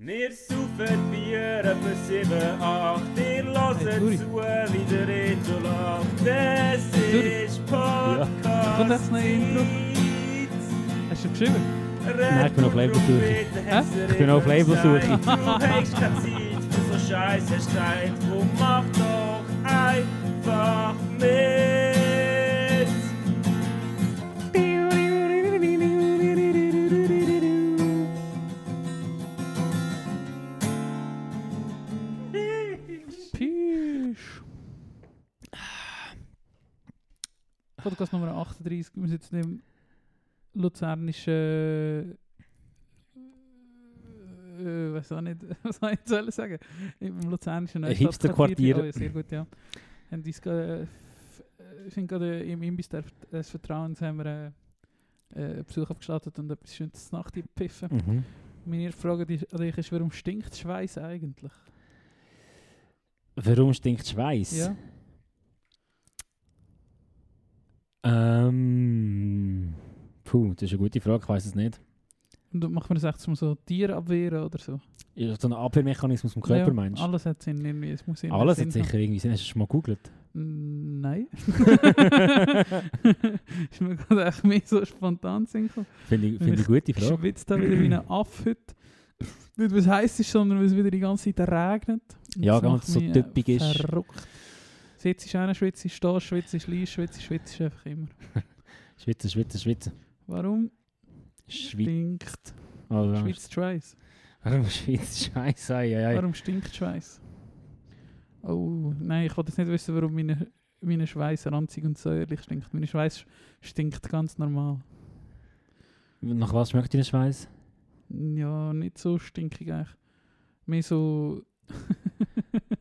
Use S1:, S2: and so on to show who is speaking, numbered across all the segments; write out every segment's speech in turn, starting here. S1: Wir saufen Bier etwa 7, 8. Ihr hört
S2: Hey, Nuri.
S1: zu, wie der Reto lacht. Es
S2: Nuri.
S1: ist Podcast.
S2: Ja. Kommt jetzt noch ein Intro? Hast du geschrieben?
S1: Nein,
S3: ich bin auf Labelsuche.
S2: Hä?
S3: Ich bin auf Labelsuche.
S1: Du hast keine Zeit für so Scheiß, hast Zeit. Drum mach doch einfach mit.
S2: Pisch. Podcast Nummer 38. Wir sitzen im luzernischen. Äh, was soll ich, was soll ich jetzt sagen? Im luzernischen
S3: Ein
S2: Neustadt-
S3: Hipsterquartier.
S2: Oh, ja, sehr gut, ja. Haben uns, äh, f- äh, sind gerade im äh, Imbiss der- des Vertrauens haben wir, äh, äh, Besuch abgestattet und etwas Schönes Nacht gepfiffen.
S3: Mhm.
S2: Meine Frage dich- an dich ist, warum stinkt Schweiß eigentlich?
S3: Warum stinkt Schweiß? Ähm, puh, das ist eine gute Frage, ich weiß es nicht.
S2: Und dann macht man das echt zum so Tier abwehren oder so?
S3: So ein Abwehrmechanismus vom Körper,
S2: Ja,
S3: meinst du?
S2: Alles hat Sinn irgendwie. Es muss irgendwie
S3: Alles
S2: Sinn
S3: hat sicher irgendwie Sinn. Hast du schon mal gegoogelt?
S2: haben. Mm, Nein. ist mir gerade echt mehr so spontan sinken.
S3: Finde ich, finde ich eine gute
S2: Ich
S3: Frage.
S2: schwitze da wieder wie ein Affe heute. Nicht weil es heiß ist, sondern weil es wieder die ganze Zeit regnet. Und
S3: Ja,
S2: das
S3: ganz
S2: macht
S3: so
S2: mich, äh,
S3: typisch ist.
S2: Verrückt. Sitzt ist einer, schwitzt ist da, schwitzt ist leis, schwitzt schwitzt ist einfach immer.
S3: Schweizer, Schweizer, Schweizer.
S2: Warum
S3: Schweiz.
S2: stinkt
S3: Oh, warum-
S2: Schweiz Schweiß?
S3: warum Schweizer Scheiße? Ei, ei, ei.
S2: Warum stinkt Schweiß? Oh, nein, ich wollte jetzt nicht wissen, warum meine, meine Schweiß ranzig und säuerlich stinkt. Meine Schweiß stinkt ganz normal.
S3: Nach was schmeckt dein Schweiß?
S2: Ja, nicht so stinkig eigentlich. Mehr so.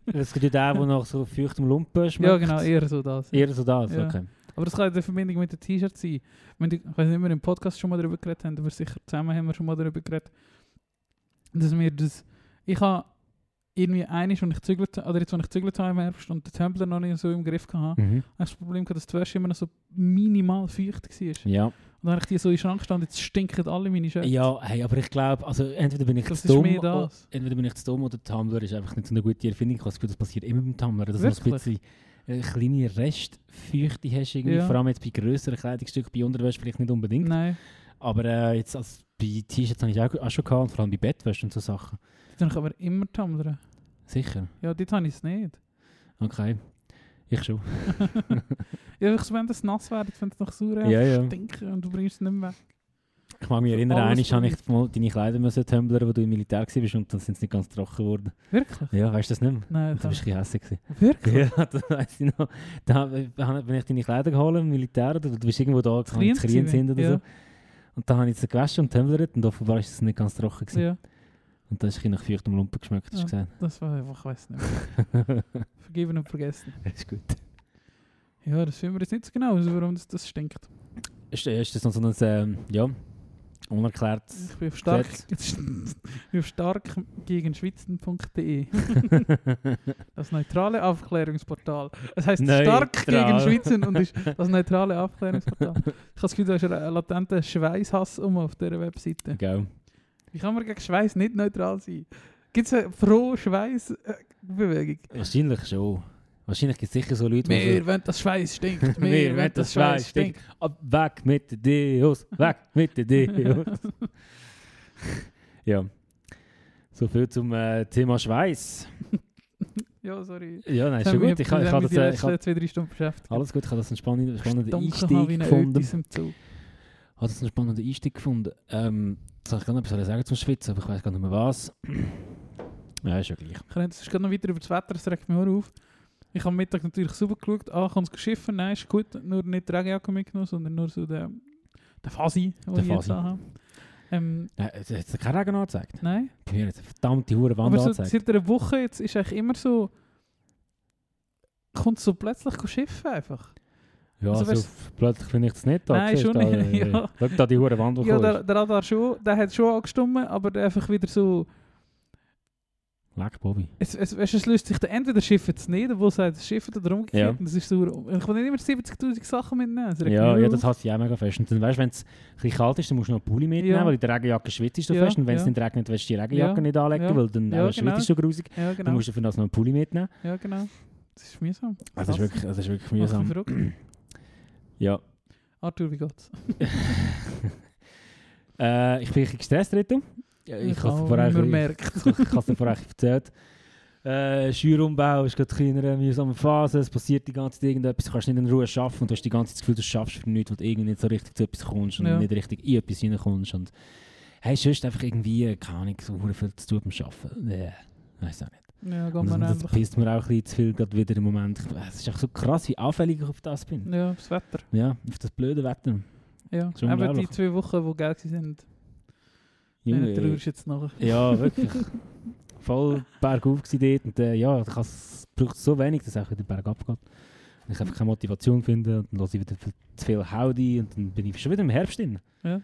S3: Es gibt ja den, der nach so feuchtem Lumpen schmeckt.
S2: ja, genau, eher so das.
S3: Eher so das,
S2: Ja.
S3: okay.
S2: Aber das kann in der Verbindung mit den T-Shirts sein. Wenn die, ich weiß nicht, ob wir im Podcast schon mal darüber geredet haben, aber sicher zusammen haben wir schon mal darüber geredet, dass mir das... Ich habe irgendwie eines, als ich gezügelt oder jetzt, als ich gezügelt habe im Herbst und den Templer noch nicht so im Griff hatte, habe
S3: Mhm.
S2: ich das Problem gehabt, dass die Wäsche immer noch so minimal feucht war.
S3: Ja.
S2: Und dann habe ich die so in den Schrank gestanden, jetzt stinken alle meine Shirts.
S3: Ja, hey, aber ich glaube, also entweder bin ich
S2: Das
S3: zu
S2: ist
S3: dumm,
S2: mehr das.
S3: o- entweder bin ich zu dumm oder Tumblr ist einfach nicht so eine gute Erfindung. Ich habe das Gefühl, das passiert immer beim Tumblr, dass du noch ein
S2: Wirklich?
S3: bisschen äh, kleine Restfeuchte hast irgendwie,
S2: Ja.
S3: vor allem jetzt bei grösseren Kleidungsstücken, bei Unterwäsche vielleicht nicht unbedingt,
S2: Nein,
S3: aber äh, jetzt als bei T-Shirts habe ich auch, auch schon gehabt, und vor allem bei Bettwäsche und so Sachen.
S2: die tue ich aber immer tumbler.
S3: Sicher,
S2: Ja, dort habe ich es nicht.
S3: okay. Ich schon.
S2: Ja, ich- wenn das nass wäre, wenn es noch sauer
S3: Ja, ja.
S2: stinken und du bringst es nicht mehr weg.
S3: Ich mag mich
S2: So
S3: erinnern,
S2: alles
S3: einmal habe ich mal deine Kleider müssen tumblern, wo du im Militär warst und dann sind sie nicht ganz trocken geworden.
S2: Wirklich?
S3: Ja, weißt du das nicht mehr?
S2: Nein,
S3: Du
S2: das
S3: warst ein bisschen hässlich. gewesen.
S2: Wirklich?
S3: Ja, das weiss ich noch. Da habe hab ich deine Kleider geholt im Militär oder du bist irgendwo da, kann
S2: Klient
S3: ich Krien sind oder
S2: ja.
S3: so. Und dann habe ich sie gewaschen und tumblert und offenbar ist es nicht ganz trocken gewesen.
S2: Ja,
S3: Und dann ist es nach feuchtem Lumpen geschmeckt, hast du gesagt.
S2: das war einfach, ich weiß nicht. Vergeben und vergessen.
S3: ist gut.
S2: Ja, das wissen wir jetzt nicht so genau, also warum das, das stinkt.
S3: Ist, ist das noch so ein, ähm, ja, unerklärtes...
S2: Ich bin auf stark, ich bin auf stark gegen schwitzen.de. Das neutrale Aufklärungsportal. Es heißt
S3: Neutral.
S2: stark gegen Schwitzen und ist das neutrale Aufklärungsportal. Ich habe das Gefühl, da ist ein latenter Schweißhass um auf dieser Webseite.
S3: Gell.
S2: Wie kann man gegen Schweiß nicht neutral sein? Gibt es eine Pro-Schweiß-Bewegung?
S3: Wahrscheinlich schon. Wahrscheinlich gibt es sicher so Leute,
S2: Mehr,
S3: so...
S2: wenn das Schweiß stinkt.
S3: Wir
S2: Mehr, wenn das Schweiß stinkt.
S3: Ab, weg mit den Deos, weg mit den Deos. ja. So viel zum äh, Thema Schweiß.
S2: Ja, sorry.
S3: Ja, nein,
S2: Das
S3: ist schon
S2: haben
S3: gut.
S2: mich-
S3: Ich, ha- ich,
S2: das
S3: ha
S2: haben mich
S3: das,
S2: die
S3: äh, ich, ha-
S2: letzten zwei, drei Stunden beschäftigt.
S3: alles gut, ich habe das einen spannenden, spannenden
S2: Dunkel
S3: Einstieg
S2: habe wie ein
S3: gefunden.
S2: Ötis
S3: Ich
S2: im Zug.
S3: habe das einen spannenden Einstieg gefunden. Ähm, jetzt habe ich gerade noch etwas sagen zum Schwitzen, aber ich weiß gar nicht mehr was. Ja, ist ja gleich.
S2: Ich rede jetzt gerade noch weiter über das Wetter, das regt mich auch auf. Ich habe am Mittag natürlich super geschaut, ah, kann es geschiffen, nein, ist gut, nur nicht die Regenjacke mitgenommen, sondern nur so den, den Fasi, den
S3: Den
S2: ich jetzt
S3: Fasi.
S2: habe. Ähm,
S3: Nein, Äh, es es hat keinen Regen angezeigt.
S2: nein,
S3: Bei mir hat es eine verdammte hure Wand
S2: aber so,
S3: angezeigt.
S2: seit einer Woche jetzt ist eigentlich immer so, kommt so plötzlich geschiffen einfach.
S3: Ja,
S2: also
S3: so
S2: wär's-
S3: f- plötzlich finde ich es nicht. Da,
S2: Nein,
S3: Siehst
S2: schon
S3: du da,
S2: nicht,
S3: äh,
S2: ja.
S3: Schau da die hure Wand, die
S2: Ja,
S3: gekommen
S2: der, der Radar schon, der hat schon angestimmt, aber der einfach wieder so,
S3: ist. Leck, Bobby.
S2: Es, es, weißt, du, es löst sich dann entweder schifft es nicht, obwohl es halt sagt, es schifft oder umgekehrt.
S3: Ja.
S2: Und das ist sauer. Und Ich will nicht immer 70'000 Sachen mitnehmen. Es regt
S3: Ja,
S2: mich
S3: ja,
S2: auf.
S3: das hasse ich auch mega fest. Und dann weißt du, wenn es ein bisschen kalt ist, dann musst du noch einen Pulli mitnehmen,
S2: Ja.
S3: weil in der Regenjacke schwitzt du
S2: Ja,
S3: fest. Und wenn es
S2: ja.
S3: nicht regnet, willst du die Regenjacke
S2: Ja,
S3: nicht anlegen,
S2: ja.
S3: weil dann
S2: Ja,
S3: äh, schwitzt du grusig.
S2: ja,
S3: Dann
S2: genau.
S3: musst du für das noch einen Pulli mitnehmen.
S2: Ja, genau. Das ist mühsam.
S3: Also
S2: Krass.
S3: das ist wirklich, das ist wirklich
S2: Macht mich
S3: mühsam.
S2: verrückt.
S3: Ja.
S2: Arthur, wie geht's?
S3: Äh, ich bin ein bisschen gestresst, Rito. Ja, ich habe es
S2: auch,
S3: vorher
S2: wie man
S3: ein bisschen-
S2: merkt.
S3: ich habe es dir vorher ein bisschen erzählt. Äh, Scheurumbau ist gerade in einer mühsamen Phase. Es passiert die ganze Zeit irgendetwas. Du kannst nicht in Ruhe arbeiten und du hast die ganze Zeit das Gefühl, du schaffst für nichts, weil du irgendwie nicht so richtig zu etwas kommst und
S2: Ja.
S3: nicht richtig in etwas hineinkommst. Und hey, sonst einfach irgendwie, keine Ahnung, so verdammt viel zu tun beim Arbeiten. Yeah. Weiß auch nicht.
S2: Ja, geht
S3: Und
S2: mir
S3: das, das
S2: ähnlich.
S3: pisst mir auch ein bisschen zu viel gerade wieder im Moment. Ich- Es ist einfach so krass, wie anfällig ich auf das bin.
S2: Ja, das Wetter.
S3: Ja, auf das blöde Wetter.
S2: Ja.
S3: Ist
S2: Eben die
S3: unglaublich.
S2: zwei Wochen, die geil waren,
S3: Junge,
S2: denen trauerst du jetzt nach.
S3: Ja, wirklich. Voll bergauf gsi dort. Und äh, ja, da kann's- braucht so wenig, dass es auch wieder bergab geht. Und ich einfach keine Motivation finde und dann lasse ich wieder viel- zu viel Howdy und dann bin ich schon wieder im Herbst drin.
S2: Ja.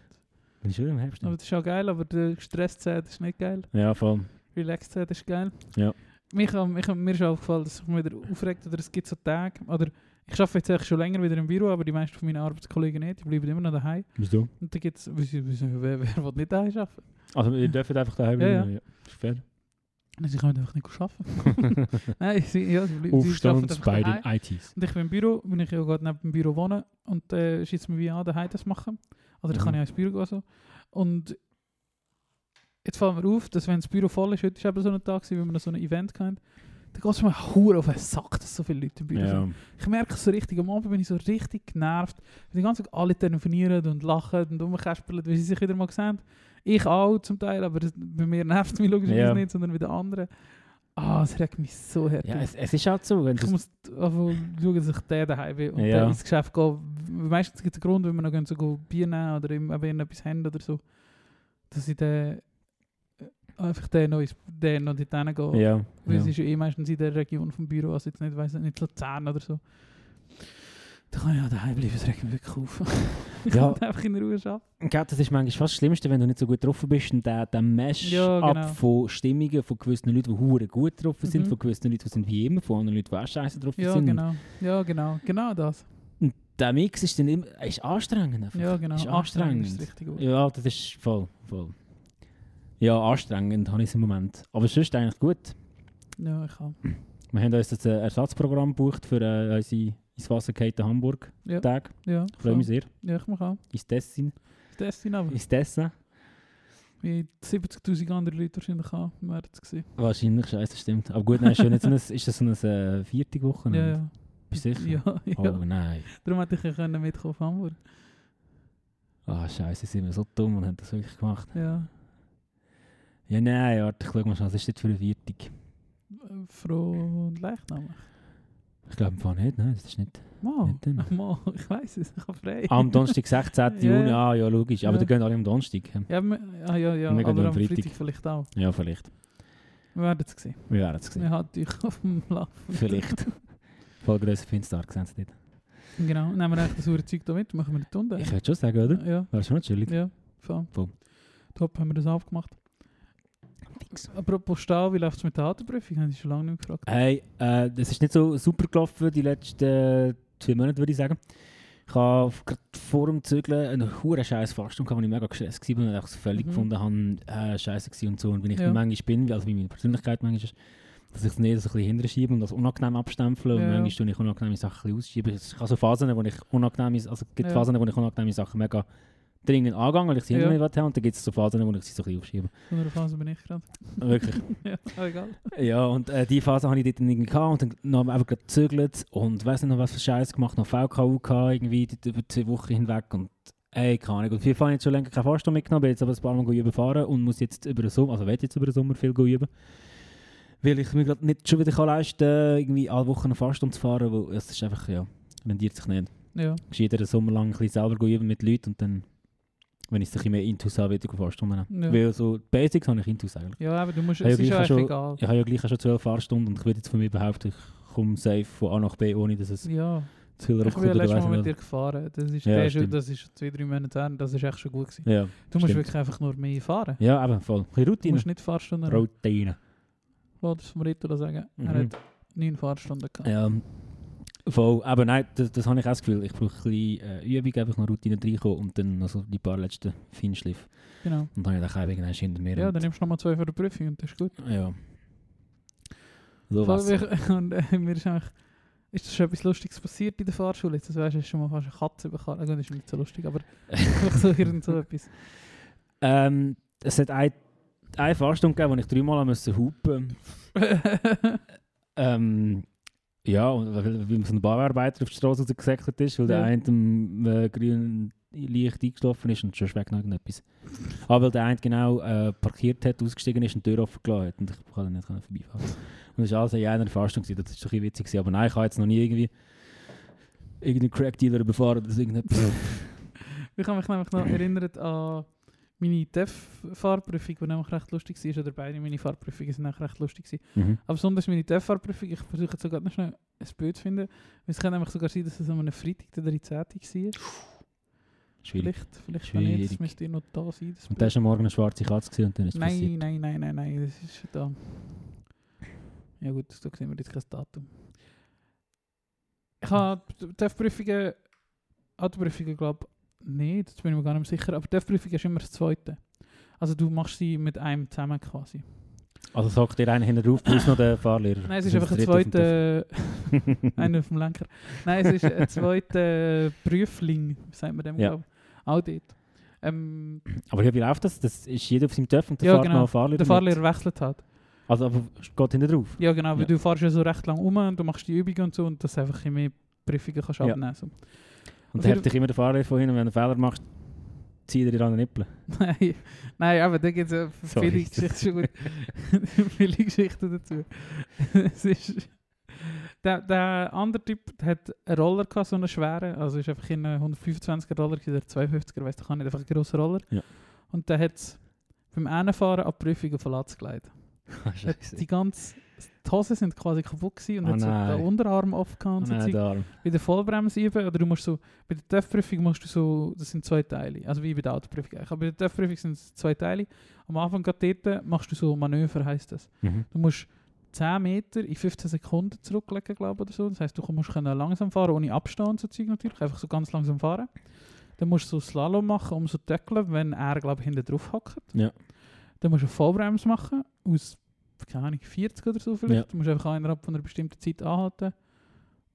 S3: Bin ich schon wieder im Herbst
S2: Aber
S3: drin.
S2: das ist auch geil, aber der gestresst sein, das ist nicht geil.
S3: Ja, voll.
S2: Relaxed sein, das ist geil.
S3: Ja.
S2: Mich, hat- mich, hat- mir ist aufgefallen, dass ich mich wieder aufregt oder es gibt so Tage. Oder ich arbeite jetzt eigentlich schon länger wieder im Büro, aber die meisten von meinen Arbeitskollegen nicht. Die bleiben immer noch daheim.
S3: Wieso?
S2: Und dann gibt es, wer, wer will nicht daheim arbeiten?
S3: Also ihr dürft einfach daheim
S2: Ja, ja.
S3: bleiben, Ist fair.
S2: Und sie können einfach nicht arbeiten. Nein, sie, ja, sie, bleiben- sie arbeiten
S3: Aufstand
S2: einfach
S3: bei
S2: daheim.
S3: den ITs.
S2: Und ich bin im Büro, bin ich ja gerade neben dem Büro wohnen und äh, ist jetzt mir wie an, daheim das machen. Also ich kann
S3: Mhm.
S2: ja ins Büro gehen so. Und jetzt fällt mir auf, dass wenn das Büro voll ist, heute ist eben so ein Tag, gewesen, wie wir noch so ein Event hatten, dann geht es mir hure auf den Sack, dass so viele Leute im Büro sind.
S3: Ja.
S2: Ich merke es so richtig, am Abend bin ich so richtig genervt, weil die ganze Zeit alle telefonieren und lachen und rumkäspeln, wie sie sich wieder mal sehen. Ich auch zum Teil, aber das, bei mir nervt es mich logischerweise
S3: Ja.
S2: nicht, sondern bei den anderen. Ah, es regt mich so hart
S3: ja,
S2: auf.
S3: es, es ist halt so, wenn
S2: Ich
S3: du...
S2: muss anfangen schauen, dass ich der daheim bin und
S3: Ja.
S2: dann ins Geschäft gehe. Meistens gibt es einen Grund, wenn wir noch gehen, so gehen Bier nehmen oder eben eben etwas haben oder so, dass ich dann äh, einfach den noch, ins- den noch dort hingehe.
S3: Ja.
S2: Weil es
S3: ja.
S2: ist ja eh meistens in der Region vom Büro, also jetzt nicht, weiss, nicht Luzern oder so. Da kann ich oh ja daheim bleiben, das regt mich wirklich auf. ich
S3: Ja.
S2: kann einfach in Ruhe arbeiten.
S3: Gell, das ist manchmal fast das Schlimmste, wenn du nicht so gut drauf bist und der, der Mesh
S2: Ja, genau.
S3: ab von Stimmungen von gewissen Leuten, die hure gut drauf sind,
S2: Mhm.
S3: von gewissen Leuten, die sind wie immer, von anderen Leuten, die auch scheiße drauf
S2: Ja,
S3: sind.
S2: genau. Ja, genau. Genau das.
S3: Der Mix ist dann immer, ist anstrengend einfach.
S2: Ja, genau.
S3: Ist
S2: ist
S3: anstrengend.
S2: richtig gut.
S3: Ja, das ist voll, voll. Ja, anstrengend habe ich es im Moment. Aber sonst eigentlich gut.
S2: Ja, ich kann.
S3: Wir haben uns jetzt ein Ersatzprogramm gebucht für äh, unsere ins Wasser gehenden
S2: Ja.
S3: Hamburg-Tag.
S2: Ja,
S3: Ich freue mich
S2: voll.
S3: sehr.
S2: Ja, ich mach auch.
S3: Ins Tessin.
S2: Das ist dein Name.
S3: Ins Tessin.
S2: Wie 70.000 andere Leute wahrscheinlich auch im März gewesen.
S3: Wahrscheinlich, scheiße, stimmt. Aber gut, nein, schön, jetzt ist ist das so eine äh, vierte Woche.
S2: Ja, ja.
S3: Bist du sicher?
S2: Ja, ja.
S3: Oh nein.
S2: Darum hätte ich ja können mitkommen auf Hamburg.
S3: Ah, scheiße, sind wir so dumm und haben das wirklich gemacht.
S2: Ja.
S3: Ja, nein, warte, ich schau mal schnell, was ist das für eine Viertig?
S2: Äh, Froh und leichnamlich.
S3: Ich glaube im Fall nicht, nein, das ist nicht.
S2: Mal.
S3: Nicht denn?
S2: Mal. Ich weiß es. Ich habe frei.
S3: Am Donnerstag,
S2: Ja,
S3: 16. Juni,
S2: ja.
S3: ah ja, logisch. Aber
S2: Ja.
S3: dann gehen alle am Donnerstag. ja.
S2: Ja, wir, ah, ja, ja.
S3: Wir gehen
S2: aber
S3: am
S2: am
S3: Freitag.
S2: Freitag. vielleicht auch.
S3: Ja, vielleicht.
S2: Wir werden es sehen.
S3: Wir werden es sehen.
S2: Wir halten euch auf dem Laufen.
S3: Vielleicht. Voll grösser Finstar, sehen Sie nicht.
S2: Genau. Nou, Nehmen wir eigentlich das saure Zeug da mit, machen wir eine Tunde.
S3: Ich würde schon sagen, oder?
S2: Ja,
S3: Wäre schon chillig.
S2: ja. Voll.
S3: Voll.
S2: Top, haben wir das aufgemacht. Apropos Stau, wie läuft es mit der Autoprüfung? Haben Sie schon lange nicht gefragt.
S3: Hey, äh, das ist nicht so super gelaufen, die letzten äh, zwei Monate, würde ich sagen. Ich habe gerade vor dem Zügeln eine hure scheiß Fahrstunde gehabt, wo ich mega gestresst war und auch so völlig
S2: Mhm.
S3: gefunden habe, äh, scheiße gewesen und so. Und wenn ich
S2: Ja.
S3: manchmal bin, also wie meine Persönlichkeit manchmal ist, dass ich es nicht so ein bisschen hinterschiebe und das unangenehm abstempeln
S2: Ja.
S3: und manchmal tue ich unangenehme Sachen ein bisschen ausschieben. Es kann so Phasen, wo ich unangenehme, also es gibt
S2: Ja.
S3: Phasen, wo ich unangenehme Sachen mega dringend angehe, weil ich sie hinter
S2: Ja.
S3: mir habe und dann gibt es so Phasen, wo ich sie so ein bisschen aufschiebe.
S2: Von der Phase bin ich gerade.
S3: Wirklich.
S2: ja, aber egal.
S3: Ja, und äh, die Phase habe ich dort dann irgendwie gehabt und dann haben wir einfach gerade gezögert und weiß nicht noch was für Scheiß gemacht, noch VKU gehabt, irgendwie dort über zwei Wochen hinweg und ey, keine Ahnung. Und viel habe ich jetzt schon länger keine Fahrstunde mitgenommen, bin jetzt aber ein paar Mal überfahren und muss jetzt über den Sommer, also werde jetzt über den Sommer viel üben. Weil ich mir gerade nicht schon wieder kann leisten kann, irgendwie alle Wochen eine Fahrstunde zu fahren, weil es ist einfach, ja, rendiert sich nicht.
S2: Ja,
S3: Gescheiter den Sommer lang ein bisschen selber üben mit Leuten und dann, wenn ich es ein bisschen mehr Intus habe, wieder Fahrstunden nehmen.
S2: Ja.
S3: Weil so die Basics habe ich Intus eigentlich.
S2: ja aber du musst,
S3: Ja,
S2: es ist
S3: gleich
S2: ja
S3: auch
S2: eigentlich
S3: schon-
S2: egal.
S3: Ich habe ja gleich auch schon 12 Fahrstunden und ich würde jetzt von mir behaupten, ich komme safe von A nach B, ohne dass es
S2: Ja,
S3: zu
S2: ich
S3: viel ruckelt
S2: bin ja
S3: oder
S2: letztes
S3: weiss
S2: Mal mit
S3: nicht
S2: dir gefahren. Das ist,
S3: Ja,
S2: der ist schon,
S3: stimmt.
S2: das ist schon zwei, drei Monate her und das ist echt schon gut gewesen.
S3: was. Ja,
S2: Du musst
S3: stimmt.
S2: wirklich einfach nur mehr fahren.
S3: ja eben, voll. Ein bisschen
S2: Du
S3: Routine.
S2: musst nicht Fahrstunden
S3: Routine.
S2: Lass es Morito sagen. Er
S3: Mhm.
S2: hat neun Fahrstunden gehabt.
S3: Ja, Ähm, voll. Aber nein, das, das habe ich auch das Gefühl. Ich brauche ein bisschen äh, Übung, einfach noch Routine reinkommen und dann noch so die paar letzten Feinschliff.
S2: Genau.
S3: Und dann habe ich dann irgendeinen hinter mir.
S2: Ja,
S3: und,
S2: dann nimmst du nochmal zwei für die Prüfung und das ist gut.
S3: ja. So
S2: Voll
S3: was.
S2: wirklich- Und äh, mir ist eigentlich, ist das schon etwas Lustiges passiert in der Fahrschule? Jetzt, das weißt du, hast schon mal fast eine Katze bekommen. Also, das ist nicht so lustig, aber einfach so irgend so etwas.
S3: Ähm, es hat ein, eine Fahrstunde gegeben, wo ich dreimal haben musste hupen. ähm, ja, und weil, weil so ein Bauarbeiter auf die Straße rausgesäckelt ist, weil der
S2: Ja.
S3: eine dem äh, grünen Licht eingeschlafen ist und schon ist weg noch irgendetwas. Aber weil der eine genau äh, parkiert hat, ausgestiegen ist und die Tür offen gelassen hat und ich kann dann nicht können vorbeifahren. Und das war alles in einer Fahrstunde, gewesen. das ist doch ein bisschen witzig, gewesen. aber nein, ich habe jetzt noch nie irgendwie irgendeinen Crack-Dealer überfahren oder so irgendetwas.
S2: Ich habe mich nämlich noch erinnert an meine TEF-Fahrprüfung, die nämlich recht lustig war. Oder beide meine Fahrprüfungen sind auch recht lustig. Gewesen.
S3: mhm.
S2: Aber besonders meine TEF-Fahrprüfung, ich versuche jetzt sogar noch schnell ein Bild zu finden. Weil Es kann nämlich sogar sein, dass es an einem Freitag, der 13. war.
S3: Schwierig.
S2: Vielleicht, vielleicht auch nicht. Das
S3: Schwierig.
S2: müsst ihr noch da sein. Das
S3: Und da war am Morgen eine schwarze Katze gewesen und dann ist es passiert.
S2: Nein, nein, nein, nein, nein, das ist da. Ja gut, da sehen wir jetzt kein Datum. Ich habe die TÜV-Prüfungen, Autoprüfungen glaube ich, nicht, jetzt bin ich mir gar nicht mehr sicher, aber die TÜV-Prüfung ist immer das zweite. Also du machst sie mit einem zusammen quasi.
S3: Also sagt dir einer hinten drauf, plus noch der Fahrlehrer.
S2: Nein, es ist
S3: Das
S2: einfach ein
S3: das dritte
S2: zweiter, einer auf dem Lenker. Nein, es ist ein zweiter Prüfling, sagt man dem
S3: Ja.
S2: glaube ich. Audit. Ähm,
S3: auf dem Töff. Aber ja, wie läuft das? Das ist jeder auf seinem Töff und der
S2: Ja,
S3: fährt
S2: genau.
S3: noch einen Fahrlehrer.
S2: der
S3: mit.
S2: Fahrlehrer wechselt hat.
S3: Also aber es geht hinten drauf.
S2: Ja, genau, weil
S3: Ja.
S2: du fährst ja so recht lang um und du machst die Übungen und so und das einfach in mehr Prüfungen kannst du
S3: Ja.
S2: abnehmen. So.
S3: Und
S2: Auf
S3: dann hält dich immer der Fahrlehrer von hinten, wenn du einen Fehler machst, zieht er dir an den Nippel.
S2: Nein, nein, aber da gibt es
S3: Sorry.
S2: viele Geschichten schon gut. viele Geschichten dazu. es ist, der, der andere Typ der hat einen Roller gehabt, so einen schweren, also ist einfach in einem 125er Roller gewesen, oder 52er, weiß ich auch nicht, einfach ein grosser Roller.
S3: Ja.
S2: Und der hat es beim Einfahren an die Prüfung auf den Latz gelegt. Ah, Die ganze die Hosen sind quasi kaputt gewesen und
S3: Oh
S2: hat so
S3: nein. Oh
S2: den Unterarm offen gehabt und so Zeug.
S3: Nein, der Arm.
S2: bei der Vollbremse üben oder du musst so bei der TÜV-Prüfung musst du so das sind zwei Teile also wie bei der Autoprüfung eigentlich. aber bei der TÜV-Prüfung sind es zwei Teile am Anfang gerade dort machst du so Manöver heißt das
S3: Mhm.
S2: du musst 10 Meter in 15 Sekunden zurücklegen glaube oder so das heißt du musst können langsam fahren ohne Abstand und so Zeug natürlich einfach so ganz langsam fahren dann musst du so Slalom machen um so zu tackeln wenn er glaube ich hinten drauf hackt
S3: Ja.
S2: dann musst du eine Vollbremse machen aus keine Ahnung 40 oder so vielleicht
S3: Ja.
S2: du musst einfach innerhalb von einer bestimmten Zeit anhalten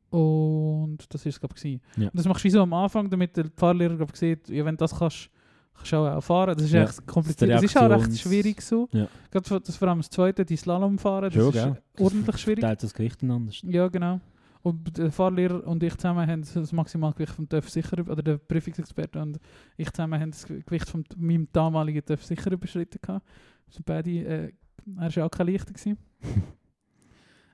S2: und das ist es, glaube ich.
S3: Ja.
S2: Und das machst du so am Anfang, damit der Fahrlehrer glaub, ich, sieht, ja, wenn du das kannst, kannst du auch fahren. Das ist
S3: Ja,
S2: echt kompliziert. Das ist auch recht
S3: Reaktions-
S2: schwierig so.
S3: Ja.
S2: Gerade für- das, vor allem das zweite, die Slalomfahren, das
S3: Schon,
S2: ist
S3: gell?
S2: ordentlich schwierig.
S3: Teilt das Gewicht anders.
S2: Ja, genau. Und der Fahrlehrer und ich zusammen haben das Maximalgewicht vom TÜV sicher, über- oder der Prüfungsexperte und ich zusammen haben das Gewicht von meinem damaligen TÜV sicher überschritten. Gehabt. Wir sind beide, äh, er war auch kein Leichter. gewesen.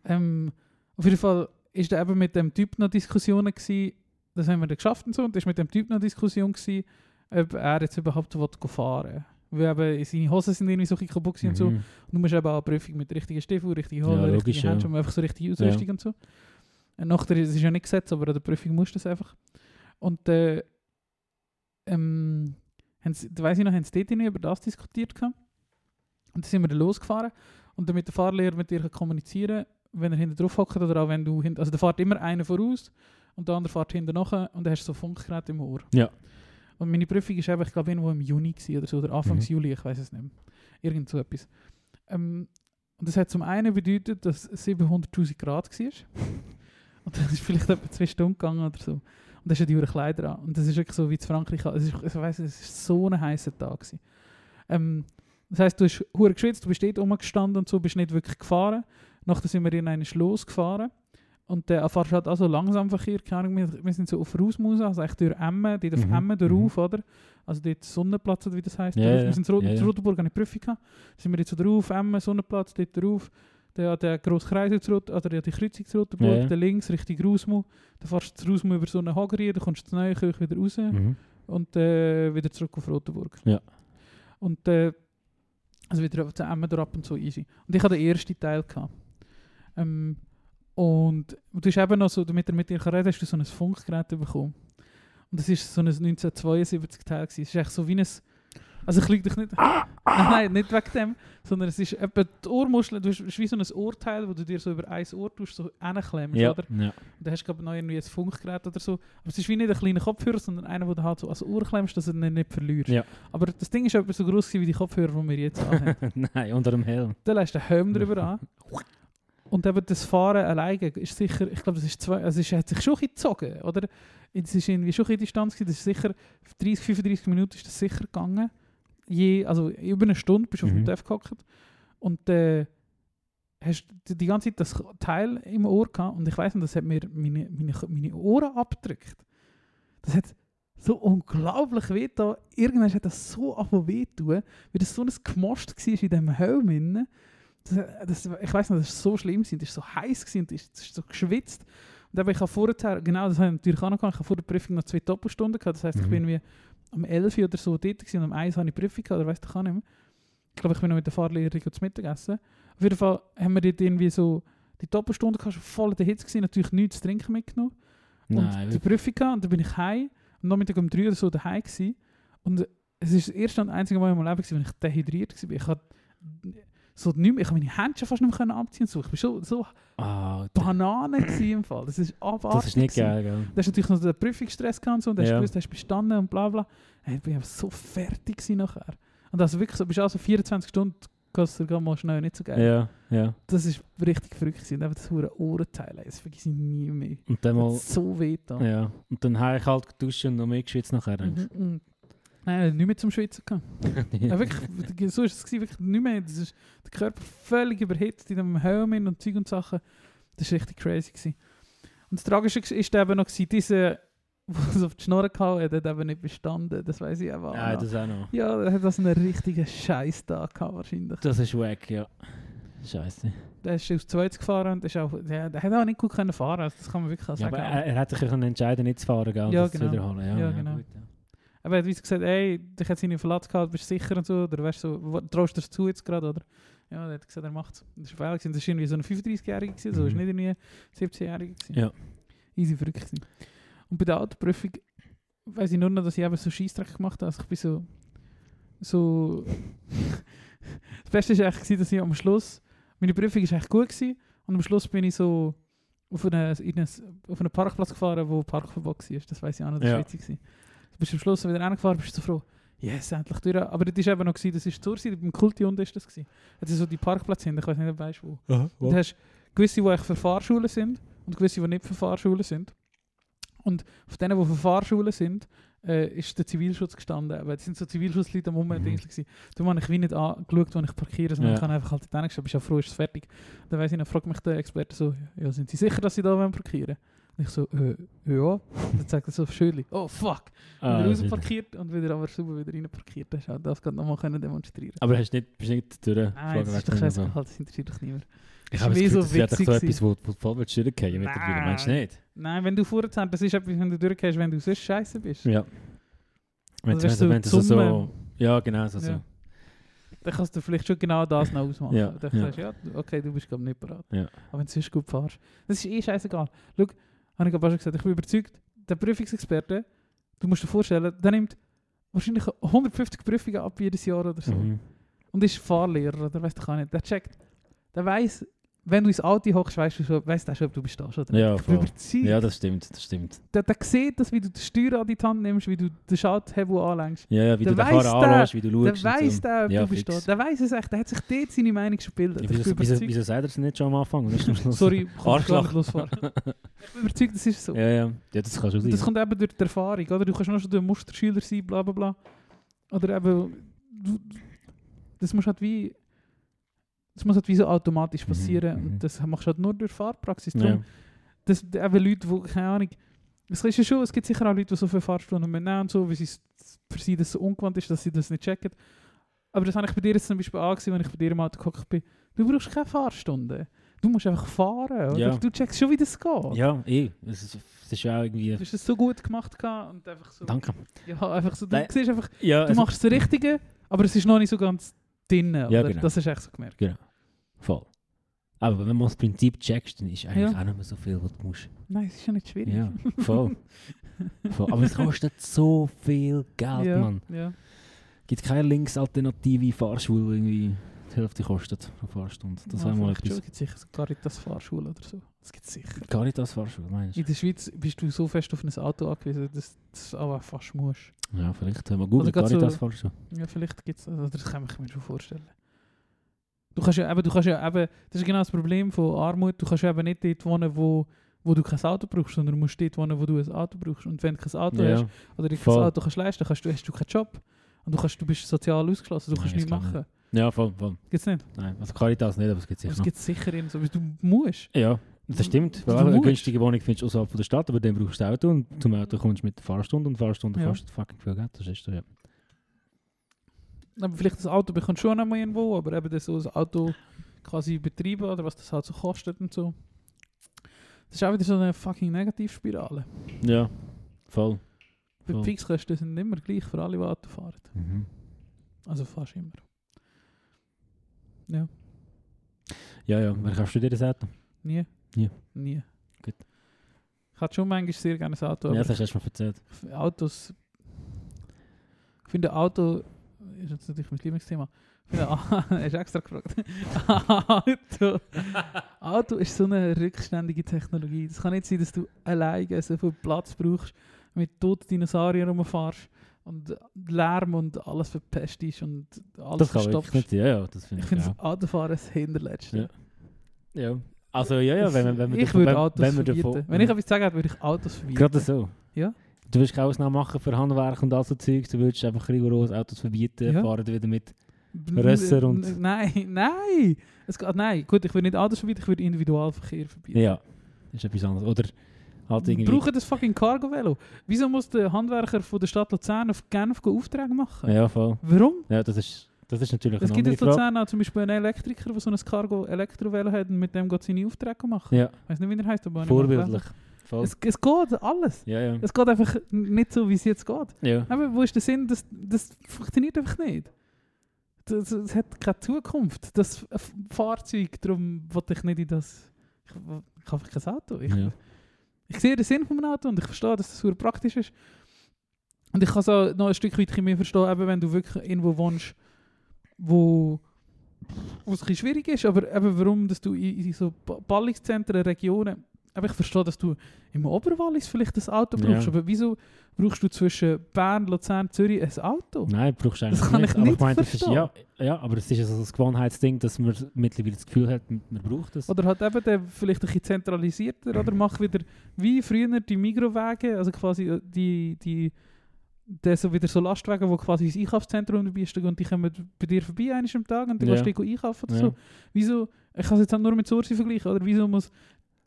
S2: ähm, auf jeden Fall ist da eben mit dem Typ noch Diskussionen gewesen, das haben wir dann geschafft und so, und ist mit dem Typ noch Diskussion gewesen, ob er jetzt überhaupt will go fahren will. Weil eben seine Hosen sind irgendwie so ein bisschen kaputt gewesen und so.
S3: Mhm.
S2: Du musst eben auch eine Prüfung mit richtigen Stiefeln, richtigen
S3: Ja,
S2: Hosen,
S3: logisch,
S2: richtigen
S3: ja.
S2: Handschuhen, einfach so richtige Ausrüstung und so. Und nachher, es ist ja nicht gesetzt, aber an der Prüfung musst du das einfach. Und äh, ähm, haben sie- da weiss ich noch, haben sie dort irgendwie über das diskutiert gehabt. Und dann sind wir dann losgefahren und damit der Fahrlehrer mit dir kann kommunizieren wenn er hinten drauf hockt oder auch wenn du hinten, also da fährt immer einer voraus und der andere fährt hinten nachher und dann hast du so Funkgerät im Ohr.
S3: Ja.
S2: Und meine Prüfung ist eben, ich glaube, irgendwo im Juni gewesen oder so, oder Anfangs
S3: Mhm.
S2: Juli, ich weiß es nicht mehr. Irgend so etwas. Ähm, und das hat zum einen bedeutet, dass es 700'000 Grad war. Und das ist vielleicht etwa zwei Stunden gegangen oder so. Und das ist die Kleider an. Und das ist wirklich so wie in Frankreich. Es ist, ich weiss, es ist so ein heißer Tag. Gewesen. Ähm, das heisst, du hast hure geschwitzt, du bist dort rumgestanden und so, bist nicht wirklich gefahren. Nachher sind wir in einen Schloss gefahren. Und dann fährst du halt auch so langsam Verkehr. Keine Ahnung, wir, wir sind so auf Rausmaus, also echt durch Emmen, dort auf
S3: Mhm,
S2: Emmen drauf, oder? Also dort Sonnenplatz, oder wie das heisst.
S3: Ja,
S2: drauf.
S3: ja,
S2: wir sind in Rot-
S3: ja, ja.
S2: in Rotenburg, habe ich Prüfung gehabt. Sind wir jetzt so drauf, Emmen, Sonnenplatz, dort drauf. Dann an den grossen Kreis zu Rot- oder an die Kreuzung zu Rotenburg,
S3: Ja, ja.
S2: dann links Richtung Rausmaus. Dann fährst du zu Rausmaus über so eine Hagerie, dann kommst du zu Neuenkirch wieder raus
S3: Mhm.
S2: und äh, wieder zurück auf Rotenburg.
S3: Ja.
S2: Und äh, also wieder zu Emmendorf ab und so easy. Und ich hatte den ersten Teil. Gehabt. Ähm, und du hast eben noch so, damit er mit dir reden kann, hast du so ein Funkgerät bekommen. Und das ist so ein 1972 Teil. gewesen. Es ist echt so wie ein Also ich lüge dich nicht. Nein, nicht wegen dem, sondern es ist etwa die Ohrmuschel, du hast es ist wie so ein Ohrteil, wo du dir so über ein Ohr tust, so hinklemmst,
S3: Ja.
S2: oder?
S3: ja.
S2: Und dann hast du glaube ich noch irgendwie ein Funkgerät oder so. Aber es ist wie nicht ein kleiner Kopfhörer, sondern einer, den du halt so ans Ohr klemmst, dass du ihn nicht verlierst.
S3: Ja.
S2: Aber das Ding ist etwa so groß wie die Kopfhörer, die wir jetzt haben.
S3: Nein, unter dem Helm.
S2: dann lässt du den Helm drüber an. Und eben das Fahren alleine ist sicher, ich glaube, es ist zwei, also es hat sich schon ein bisschen gezogen, oder? Es ist irgendwie schon ein bisschen Distanz gewesen, das ist sicher, 30, 35 Minuten ist das sicher gegangen. Je, also über eine Stunde bist du auf
S3: Mhm.
S2: dem Def gehockt. Und äh, hast die, die ganze Zeit das Teil im Ohr gehabt und ich weiß nicht, das hat mir meine, meine, meine Ohren abgedrückt. Das hat so unglaublich weh da. Irgendwann hat das so angefangen weh zu tun, weil das so ein Gemost war in diesem Helm. drin. Das, das, ich weiß nicht, das war so schlimm, gewesen. das war so heiß, gewesen, das ist- das ist so geschwitzt. Und dann habe ich auch vorher, genau, das habe ich natürlich auch noch gehabt, ich habe vor der Prüfung noch zwei Doppelstunden gehabt, das heisst, ich
S3: Mhm.
S2: bin wie am 11 Uhr oder so dort gewesen, und am 1 habe ich Prüfung gehabt, oder weiss ich auch nicht mehr. Ich glaube, ich bin noch mit der Fahrlehrerin zu Mittag gegessen. Auf jeden Fall haben wir dort irgendwie so die Doppelstunde gehabt, schon voll in der Hitze gewesen, natürlich nichts zu trinken mitgenommen
S3: Nein,
S2: und die
S3: wirklich.
S2: Prüfung hatte, und dann bin ich heim. Und Nachmittag um 3 oder so daheim gsi Und es ist das erste und einzige Mal in meinem Leben, gewesen, wenn ich dehydriert war. Ich hab so nicht mehr, ich habe meine Hände schon fast nicht mehr können abziehen. und So. Ich war so, so
S3: Ah, d-
S2: Banane gsi im Fall. Das ist abartig.
S3: das ist nicht
S2: gewesen.
S3: geil, gell?
S2: Da hast du natürlich noch den Prüfungsstress gehabt und so, und dann hast du
S3: Ja.
S2: gewusst, hast du bestanden und bla bla. Hey, ich bin einfach so fertig gewesen nachher. Und also wirklich, so, bist also 24 Stunden, kannst du dir mal schnell nicht so geil.
S3: Ja, ja.
S2: Das ist richtig verrückt gewesen. Und Einfach das hure Ohrenteil, ey, das vergesse ich nie mehr.
S3: Und
S2: Das
S3: dann mal.
S2: hat so weh da.
S3: Ja. Und dann habe ich halt geduscht und noch mehr geschwitzt nachher.
S2: Mhm, mhm. Nein, nicht mehr zum Schwitzen gehabt. Ja, wirklich, so war es gewesen, wirklich nicht mehr. Das ist der Körper völlig überhitzt in dem Helm hin und Zeug und Sachen. Das war richtig crazy. Gewesen. Und das Tragische war eben noch, gewesen, diese, die es auf die Schnorren gehauen hat, hat eben nicht bestanden. Das weiß ich aber auch.
S3: Nein,
S2: noch.
S3: das auch noch.
S2: ja, er hat das einen richtigen Scheiß da gehabt, wahrscheinlich.
S3: Das ist wack, ja. Scheiße.
S2: Der ist aus 20 gefahren und ist auch, der, der hat auch nicht gut können fahren also das kann man wirklich auch
S3: Ja,
S2: sagen.
S3: aber er, er hätte sich können entscheiden, nicht zu fahren, gell? und
S2: Ja,
S3: das
S2: genau.
S3: Zu wiederholen. Ja, Ah,
S2: Ja, genau.
S3: gut, ja.
S2: Aber er hat wie gesagt, ey, dich hat seine Verlatz gehabt, bist du sicher und so, oder weißt du, so, wo- traust du es zu jetzt gerade, oder? Ja, er hat gesagt, er macht es. Das war feil gewesen. Das war irgendwie so ein 35-Jähriger, gewesen, so
S3: Mhm.
S2: ist nicht irgendwie ein 17-Jähriger. gewesen.
S3: Ja.
S2: Easy verrückt gewesen. Und bei der Autoprüfung weiß ich nur noch, dass ich eben so Scheissdreck gemacht habe. Also ich bin so. so das Beste war eigentlich, gewesen, dass ich am Schluss. Meine Prüfung war eigentlich gut gewesen, und am Schluss bin ich so auf einen, in ein, auf einen Parkplatz gefahren, wo Parkverbot war. Das weiß ich auch noch, das
S3: Ja.
S2: war witzig. gewesen. Du bist am Schluss wieder reingefahren, bist du so froh. Yes, endlich durch. Aber das war eben noch, gewesen, das war zur Seite, beim Kultion war das. Gewesen. Das sind so die Parkplätze hinten, ich weiß nicht, ob du weißt wo. Und du hast gewisse, die echt für Fahrschulen sind und gewisse, die nicht für Fahrschulen sind. Und auf denen, die für Fahrschulen sind, äh, ist der Zivilschutz gestanden. Aber es sind so Zivilschutzleute am Moment.
S3: Mhm.
S2: Mhm. Darum habe ich wie nicht angeschaut, wo ich parkiere, sondern
S3: Ja.
S2: ich habe einfach halt dort hingeschaut. Ich bin ja froh, ist es fertig. Dann weiss ich, dann fragt mich der Experte so, ja, sind Sie sicher, dass Sie da wollen parkieren Und ich so, äh, ja. Dann sagt er so, schön. Oh, fuck.
S3: Ah,
S2: wieder
S3: das
S2: raus
S3: ist-
S2: parkiert und wieder aber sauber wieder rein parkiert. Das, ist auch- das gerade nochmal können demonstrieren.
S3: aber hast nicht, bist nicht durch.
S2: Nein, das ist doch scheiße, das interessiert doch niemand.
S3: Ich
S2: Ist
S3: habe das
S2: wie so
S3: Gefühl, das wäre doch
S2: witzig
S3: so etwas, wo du voll durchgehen mittlerweile.
S2: Nein.
S3: Meinst du nicht?
S2: Nein, wenn du vorher das ist etwas, wenn du durchgehst, wenn du sonst scheiße bist.
S3: Ja. Wenn
S2: Also
S3: du
S2: weißt du,
S3: wenn du so,
S2: Summe-
S3: so... Ja, nou, genau, so. so.
S2: Ja. Dann kannst du vielleicht schon genau das noch ausmachen.
S3: Ja,
S2: Dann
S3: ja.
S2: sagst du, ja, okay, du bist glaub nicht bereit.
S3: Ja.
S2: Aber wenn du sonst gut fährst. Das ist eh scheißegal. Schau, habe ich glaub auch schon gesagt, ich bin überzeugt, der Prüfungsexperte, du musst dir vorstellen, der nimmt wahrscheinlich 150 Prüfungen ab jedes Jahr oder so.
S3: Mhm.
S2: Und ist Fahrlehrer oder weißt du gar nicht. Der checkt, der weiß, wenn du ins Auto hockst, weißt du schon, weißt du schon, ob du bestehst oder nicht.
S3: Ja,
S2: ich bin
S3: voll.
S2: überzeugt.
S3: Ja, das stimmt, das stimmt.
S2: der, der sieht das, wie du die Steuer an die Hand nimmst, wie du den Schalthebel anlenkst.
S3: Ja, ja, wie
S2: Der
S3: du den
S2: weiss
S3: Fahrer
S2: der-
S3: anlässt, wie du
S2: Der
S3: schaust. und
S2: weiß
S3: so.
S2: da, ob
S3: eh, Ja,
S2: du bist
S3: fix.
S2: da. Der weiß es dus echt. Der hat sich dort seine Meinung schon gebildet.
S3: Ja,
S2: Ich bin
S3: Wieso, wieso,
S2: überzeugt.
S3: wieso sagt er dus es nicht schon am Anfang? und erst am Schluss?
S2: Sorry, ich kann gar
S3: Arschloch.
S2: nicht losfahren. ich bin überzeugt, das ist so.
S3: Ja, ja. Ja, das kann schon sein.
S2: Das kommt eben durch die Erfahrung, oder? Du kannst noch so ein Musterschüler sein, bla bla bla. Oder eben, du, das muss halt wie, das muss halt wie so automatisch
S3: Mhm,
S2: passieren.
S3: mhm.
S2: Und das machst du halt nur durch Fahrpraxis. Darum
S3: ja.
S2: dass d- eben Leute, die, keine Ahnung, es ist ja schon, es gibt sicher auch Leute, die so viel Fahrstunden mehr nehmen und so, weil sie es- für sie das so ungewohnt ist, dass sie das nicht checken. Aber das habe ich bei dir jetzt zum Beispiel angesehen, wenn ich bei dir im Auto geguckt bin. Du brauchst keine Fahrstunden. Du musst einfach fahren, oder?
S3: Ja.
S2: Du checkst schon, wie das geht.
S3: ja, eh. Es ist, es ist ja auch irgendwie...
S2: Du hast es so gut gemacht gehabt und einfach so.
S3: Danke.
S2: Ja, einfach so. Du
S3: Nein. Also-
S2: siehst einfach,
S3: Ja,
S2: du machst das Richtige, aber es ist noch nicht so ganz drin. oder?
S3: genau.
S2: Das hast du echt so gemerkt.
S3: Voll. Aber wenn man das Prinzip checkst, dann ist eigentlich
S2: Ja.
S3: auch nicht mehr so viel, was du musst.
S2: Nein, es ist ja nicht schwierig.
S3: Ja, voll. voll. Aber es kostet so viel Geld,
S2: ja,
S3: Mann.
S2: ja.
S3: gibt keine linksalternative Fahrschule, irgendwie die Hälfte kostet pro Fahrstunde. Das wäre mal etwas.
S2: Es gibt sicher so Caritas-Fahrschule oder so. Das gibt sicher.
S3: Caritas-Fahrschule, meinst du?
S2: In der Schweiz bist du so fest auf ein Auto angewiesen, dass du es aber fast musst.
S3: Ja, vielleicht haben wir Google
S2: gerade so-
S3: Caritas-Fahrschule.
S2: Ja, vielleicht gibt es, also das kann ich mir schon vorstellen. Du kannst ja eben, du kannst ja eben, das ist genau das Problem von Armut, du kannst ja eben nicht dort wohnen, wo, wo du kein Auto brauchst, sondern du musst dort wohnen, wo du ein Auto brauchst. Und wenn du kein Auto hast
S3: Ja,
S2: oder dir kein
S3: voll.
S2: Auto kannst leisten kannst, du, hast du keinen Job. Und du, kannst, du bist sozial ausgeschlossen, du
S3: Nein,
S2: kannst
S3: das
S2: nichts
S3: glaub ich
S2: machen.
S3: ja voll, voll.
S2: Gibt's nicht?
S3: Nein, also Caritas nicht, aber es
S2: Aber
S3: gibt sicher
S2: es
S3: noch.
S2: gibt sicher irgend so, weil du musst.
S3: Ja, das stimmt.
S2: Du
S3: Weil eine
S2: musst.
S3: günstige Wohnung findest du außerhalb von der Stadt, aber dann brauchst du ein Auto und zum Auto kommst du mit der Fahrstunde und Fahrstunde
S2: Ja.
S3: kostet fucking viel Geld. Das ist so, ja.
S2: Aber vielleicht das Auto bekommst du schon einmal irgendwo, aber eben das so das Auto quasi betreiben oder was das halt so kostet und so. Das ist auch wieder so eine fucking Negativspirale.
S3: Ja, voll.
S2: Weil
S3: Voll.
S2: die Fixkosten sind immer gleich für alle, die Auto fahren. Also fast immer.
S3: Ja, ja. Wer kaufst du dir das Auto?
S2: Nie.
S3: Nie.
S2: Nie.
S3: Gut.
S2: Ich hatte schon manchmal sehr gerne ein Auto,
S3: Ja,
S2: aber
S3: das hast du mir erzählt.
S2: ich f- Autos... Ich finde Auto... Ist jetzt natürlich mein Lieblingsthema. Ich finde... Hast du extra gefragt? Auto... Auto ist so eine rückständige Technologie. Es kann nicht sein, dass du alleine so viel Platz brauchst, mit toten Dinosauriern rumfährst und Lärm und alles verpest ist und alles
S3: Das kann
S2: verstopft.
S3: wirklich nicht sein. Ja, ja, das
S2: Ich
S3: finde ich,
S2: finde
S3: auch.
S2: das Autofahren das Hinterletzte.
S3: Ja. Ja. Also, ja, ja, wenn, man- wenn, man
S2: ich
S3: davon-
S2: würde
S3: wenn,
S2: Autos
S3: wenn man
S2: verbieten.
S3: davon-
S2: wenn ich etwas zu sagen hätte, würde ich Autos verbieten.
S3: Gerade so.
S2: Ja.
S3: Du willst keine Ausnahmen machen für Handwerk und all so Zeug. Du würdest einfach rigoros Autos verbieten,
S2: Ja.
S3: fahren wieder mit.
S2: B-
S3: Rösser
S2: n-
S3: und-
S2: n- Nein, nein! Es geht, nein, gut, ich würde nicht Autos verbieten, ich würde Individualverkehr verbieten.
S3: Ja. Dus Das ist etwas anderes. Oder halt irgendwie.
S2: Brauchen das fucking Cargo-Velo. Wieso muss der Handwerker von der Stadt Luzern auf Genf Aufträge machen?
S3: Ja, voll.
S2: Warum?
S3: Ja, das ist, das ist natürlich
S2: Es
S3: eine
S2: gibt
S3: andere
S2: jetzt
S3: Frage.
S2: Luzern auch zum Beispiel einen Elektriker, der so ein Cargo-Elektrovelo hat und mit dem geht seine Aufträge machen.
S3: Ja,
S2: Ich weiß nicht, wie der heißt, aber ich habe ihn mal gelesen.
S3: vorbildlich. Voll.
S2: Es, es geht alles.
S3: Ja, ja.
S2: Es geht einfach nicht so, wie es jetzt geht.
S3: Ja.
S2: Aber wo ist der Sinn? Das, das funktioniert einfach nicht. Das, das hat keine Zukunft. Das F- Fahrzeug, darum wollte ich nicht in das. Ich, w- ich habe kein Auto. Ich,
S3: Ja.
S2: ich sehe den Sinn von einem Auto und ich verstehe, dass das super praktisch ist. Und ich kann es auch noch ein Stück weit mehr verstehen, eben wenn du wirklich irgendwo wohnst, wo wo es ein bisschen schwierig ist, aber eben warum, dass du in, in so Ba- Ballungszentren, Regionen, aber ich verstehe, dass du im Oberwallis vielleicht das Auto
S3: Ja.
S2: brauchst, aber wieso brauchst du zwischen Bern, Luzern, Zürich ein Auto?
S3: Nein, brauchst du eigentlich
S2: Das kann ich
S3: nicht. aber
S2: nicht
S3: meine, das ist,
S2: verstehen.
S3: ja, ja, aber es ist also das Gewohnheitsding, dass man mittlerweile das Gefühl hat, man braucht es.
S2: Oder halt eben der vielleicht ein bisschen zentralisierter, oder mach wieder wie früher die Migrowege, also quasi die, die der so wieder so Lastwagen, wo quasi ins Einkaufszentrum dabei ist und die kommen bei dir vorbei einmal am Tag und du
S3: Ja.
S2: kannst dich einkaufen oder
S3: Ja.
S2: so. Wieso, ich kann es jetzt halt nur mit Sursi vergleichen, oder wieso muss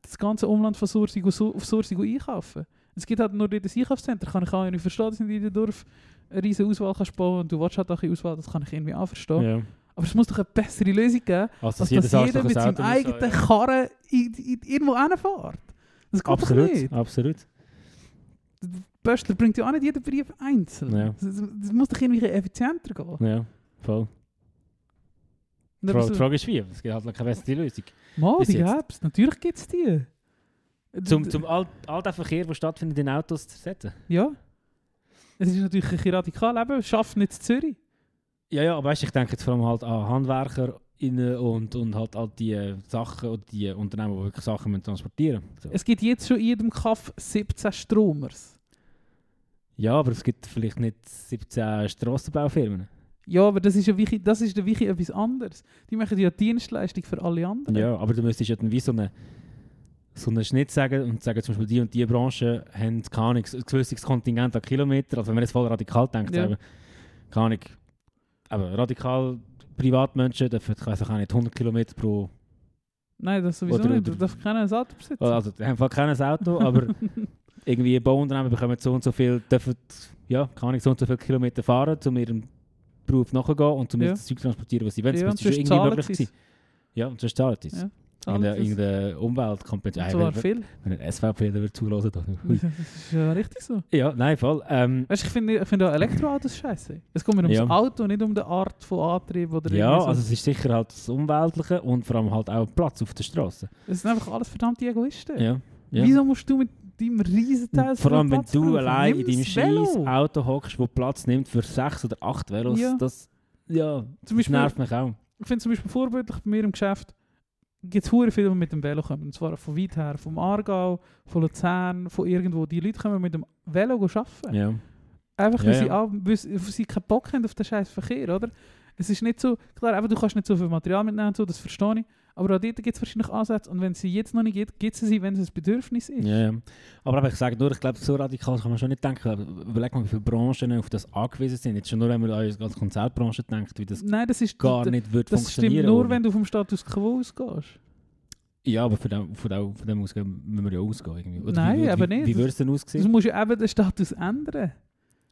S2: das ganze Umland von Sursi go- so- auf Sursi go einkaufen? Es gibt halt nur dort ein Einkaufszentrum, kann ich auch nicht verstehen, dass in jedem Dorf eine riesige Auswahl kannst bauen und du willst halt auch eine Auswahl, das kann ich irgendwie auch verstehen.
S3: Ja.
S2: Aber es muss doch eine bessere Lösung geben,
S3: Also,
S2: dass,
S3: dass
S2: das
S3: jedes Arschloch
S2: jeder
S3: ein
S2: mit seinem
S3: Auto muss haben,
S2: eigenen Karren in, in, irgendwo hinfährt. Das geht doch
S3: Absolut,
S2: nicht.
S3: absolut.
S2: Böstler bringt ja auch nicht jeden Brief Dus einzeln.
S3: Ja.
S2: Das, das- das muss doch irgendwie effizienter gehen.
S3: Ja, voll.
S2: Und
S3: Die
S2: aber
S3: Frage,
S2: so,
S3: Frage ist wie, es gibt halt noch keine beste Lösung.
S2: Mal,
S3: bis
S2: die
S3: jetzt.
S2: gäbe es. Natürlich gibt es die.
S3: Zum, zum all, all den Verkehr, der stattfindet, in Autos zu ersetzen.
S2: Ja. Es ist natürlich ein bisschen radikal, eben. Schafft nicht in Zürich.
S3: Ja, ja, aber weißt, du, ich denke jetzt vor allem halt an Handwerker innen und, und halt all die äh, Sachen oder die Unternehmen, die wirklich Sachen müssen transportieren müssen.
S2: Es gibt jetzt schon in jedem Kaff 17 Stromers.
S3: Ja, aber es gibt vielleicht nicht 17 Strassenbaufirmen.
S2: Ja, aber das ist, ja wirklich, das ist der wirklich etwas anderes. Die machen ja Dienstleistung für alle anderen.
S3: Ja, aber du müsstest ja dann wie so einen so einen Schnitt sagen und sagen zum Beispiel, die und die Branche haben keine Ahnung, ein gewisses Kontingent an Kilometer. Also wenn man jetzt voll radikal denkt,
S2: Ja.
S3: eben, keine Ahnung, aber radikal Privatmenschen dürfen, ich weiß auch nicht, 100 Kilometer pro...
S2: Nein, das sowieso
S3: Oder-
S2: nicht. Du
S3: oder-
S2: darfst keinen Auto besitzen.
S3: Also die haben voll kein Auto, aber irgendwie Bauunternehmen bekommen so und so viel, dürfen, ja, keine Ahnung, so und so viele Kilometer fahren, um ihrem Beruf nachzugehen und um
S2: Ja.
S3: das Zeug zu transportieren, was sie wollen.
S2: Ja,
S3: das
S2: und
S3: müsste schon
S2: sonst
S3: irgendwie
S2: zahlen
S3: möglich
S2: sie es.
S3: sein. Ja, und sonst zahlt es.
S2: Ja,
S3: in der, in
S2: Zahlen
S3: der
S2: sie es.
S3: Umweltkompetenz.
S2: Und zwar viel.
S3: Wenn ein SVP da wird zulassen, dann.
S2: Das ist ja eh, richtig so.
S3: Ja, nein, voll. Ähm,
S2: Weißt du, ich finde ich find auch Elektroautos scheiße. Es geht mir ums
S3: Ja.
S2: Auto, nicht um die Art von Antrieb oder
S3: ja,
S2: irgendwie so.
S3: also es ist sicher halt das Umweltliche und vor allem halt auch Platz auf der Straße.
S2: Es sind einfach alles verdammte Egoisten.
S3: Ja. ja.
S2: Wieso musst du mit mit deinem Riesenteil
S3: Vor allem, wenn du allein in deinem
S2: deinem
S3: scheiß Auto hockst, wo Platz nimmt für sechs oder acht Velos,
S2: Ja.
S3: das ja,
S2: Zum
S3: das
S2: Beispiel-
S3: nervt mich auch.
S2: Ich finde zum Beispiel vorbildlich bei mir im Geschäft gibt es viele, die mit dem Velo kommen. Und zwar von weit her, vom Aargau, von Luzern, von irgendwo. Die Leute kommen mit dem Velo arbeiten.
S3: Ja.
S2: Einfach, weil,
S3: Ja,
S2: Sie,
S3: ja.
S2: ab- weil sie- weil sie keinen Bock haben auf den scheiß Verkehr, oder? Es ist nicht so, klar, eben, du kannst nicht so viel Material mitnehmen und so, das verstehe ich. Aber auch dort gibt es wahrscheinlich Ansätze. Und wenn es sie jetzt noch nicht gibt, gibt es sie, wenn es ein Bedürfnis ist.
S3: Ja, ja. Aber eben, ich sage nur, ich glaube, so radikal kann man schon nicht denken. Aber Überleg mal, wie viele Branchen auf das angewiesen sind. Jetzt schon nur, wenn man an die ganze Konzertbranche denkt, wie das
S2: Nein, das ist
S3: gar
S2: d-
S3: nicht wird
S2: Das
S3: funktionieren
S2: stimmt nur,
S3: ohne-
S2: wenn du vom Status quo ausgehst.
S3: Ja, aber von dem, von dem, von dem ausgehen müssen wir ja ausgehen. Irgendwie. Oder
S2: Nein,
S3: wie, wie,
S2: eben
S3: wie,
S2: nicht.
S3: Wie würde es denn
S2: Das
S3: aussehen?
S2: musst du eben den Status ändern.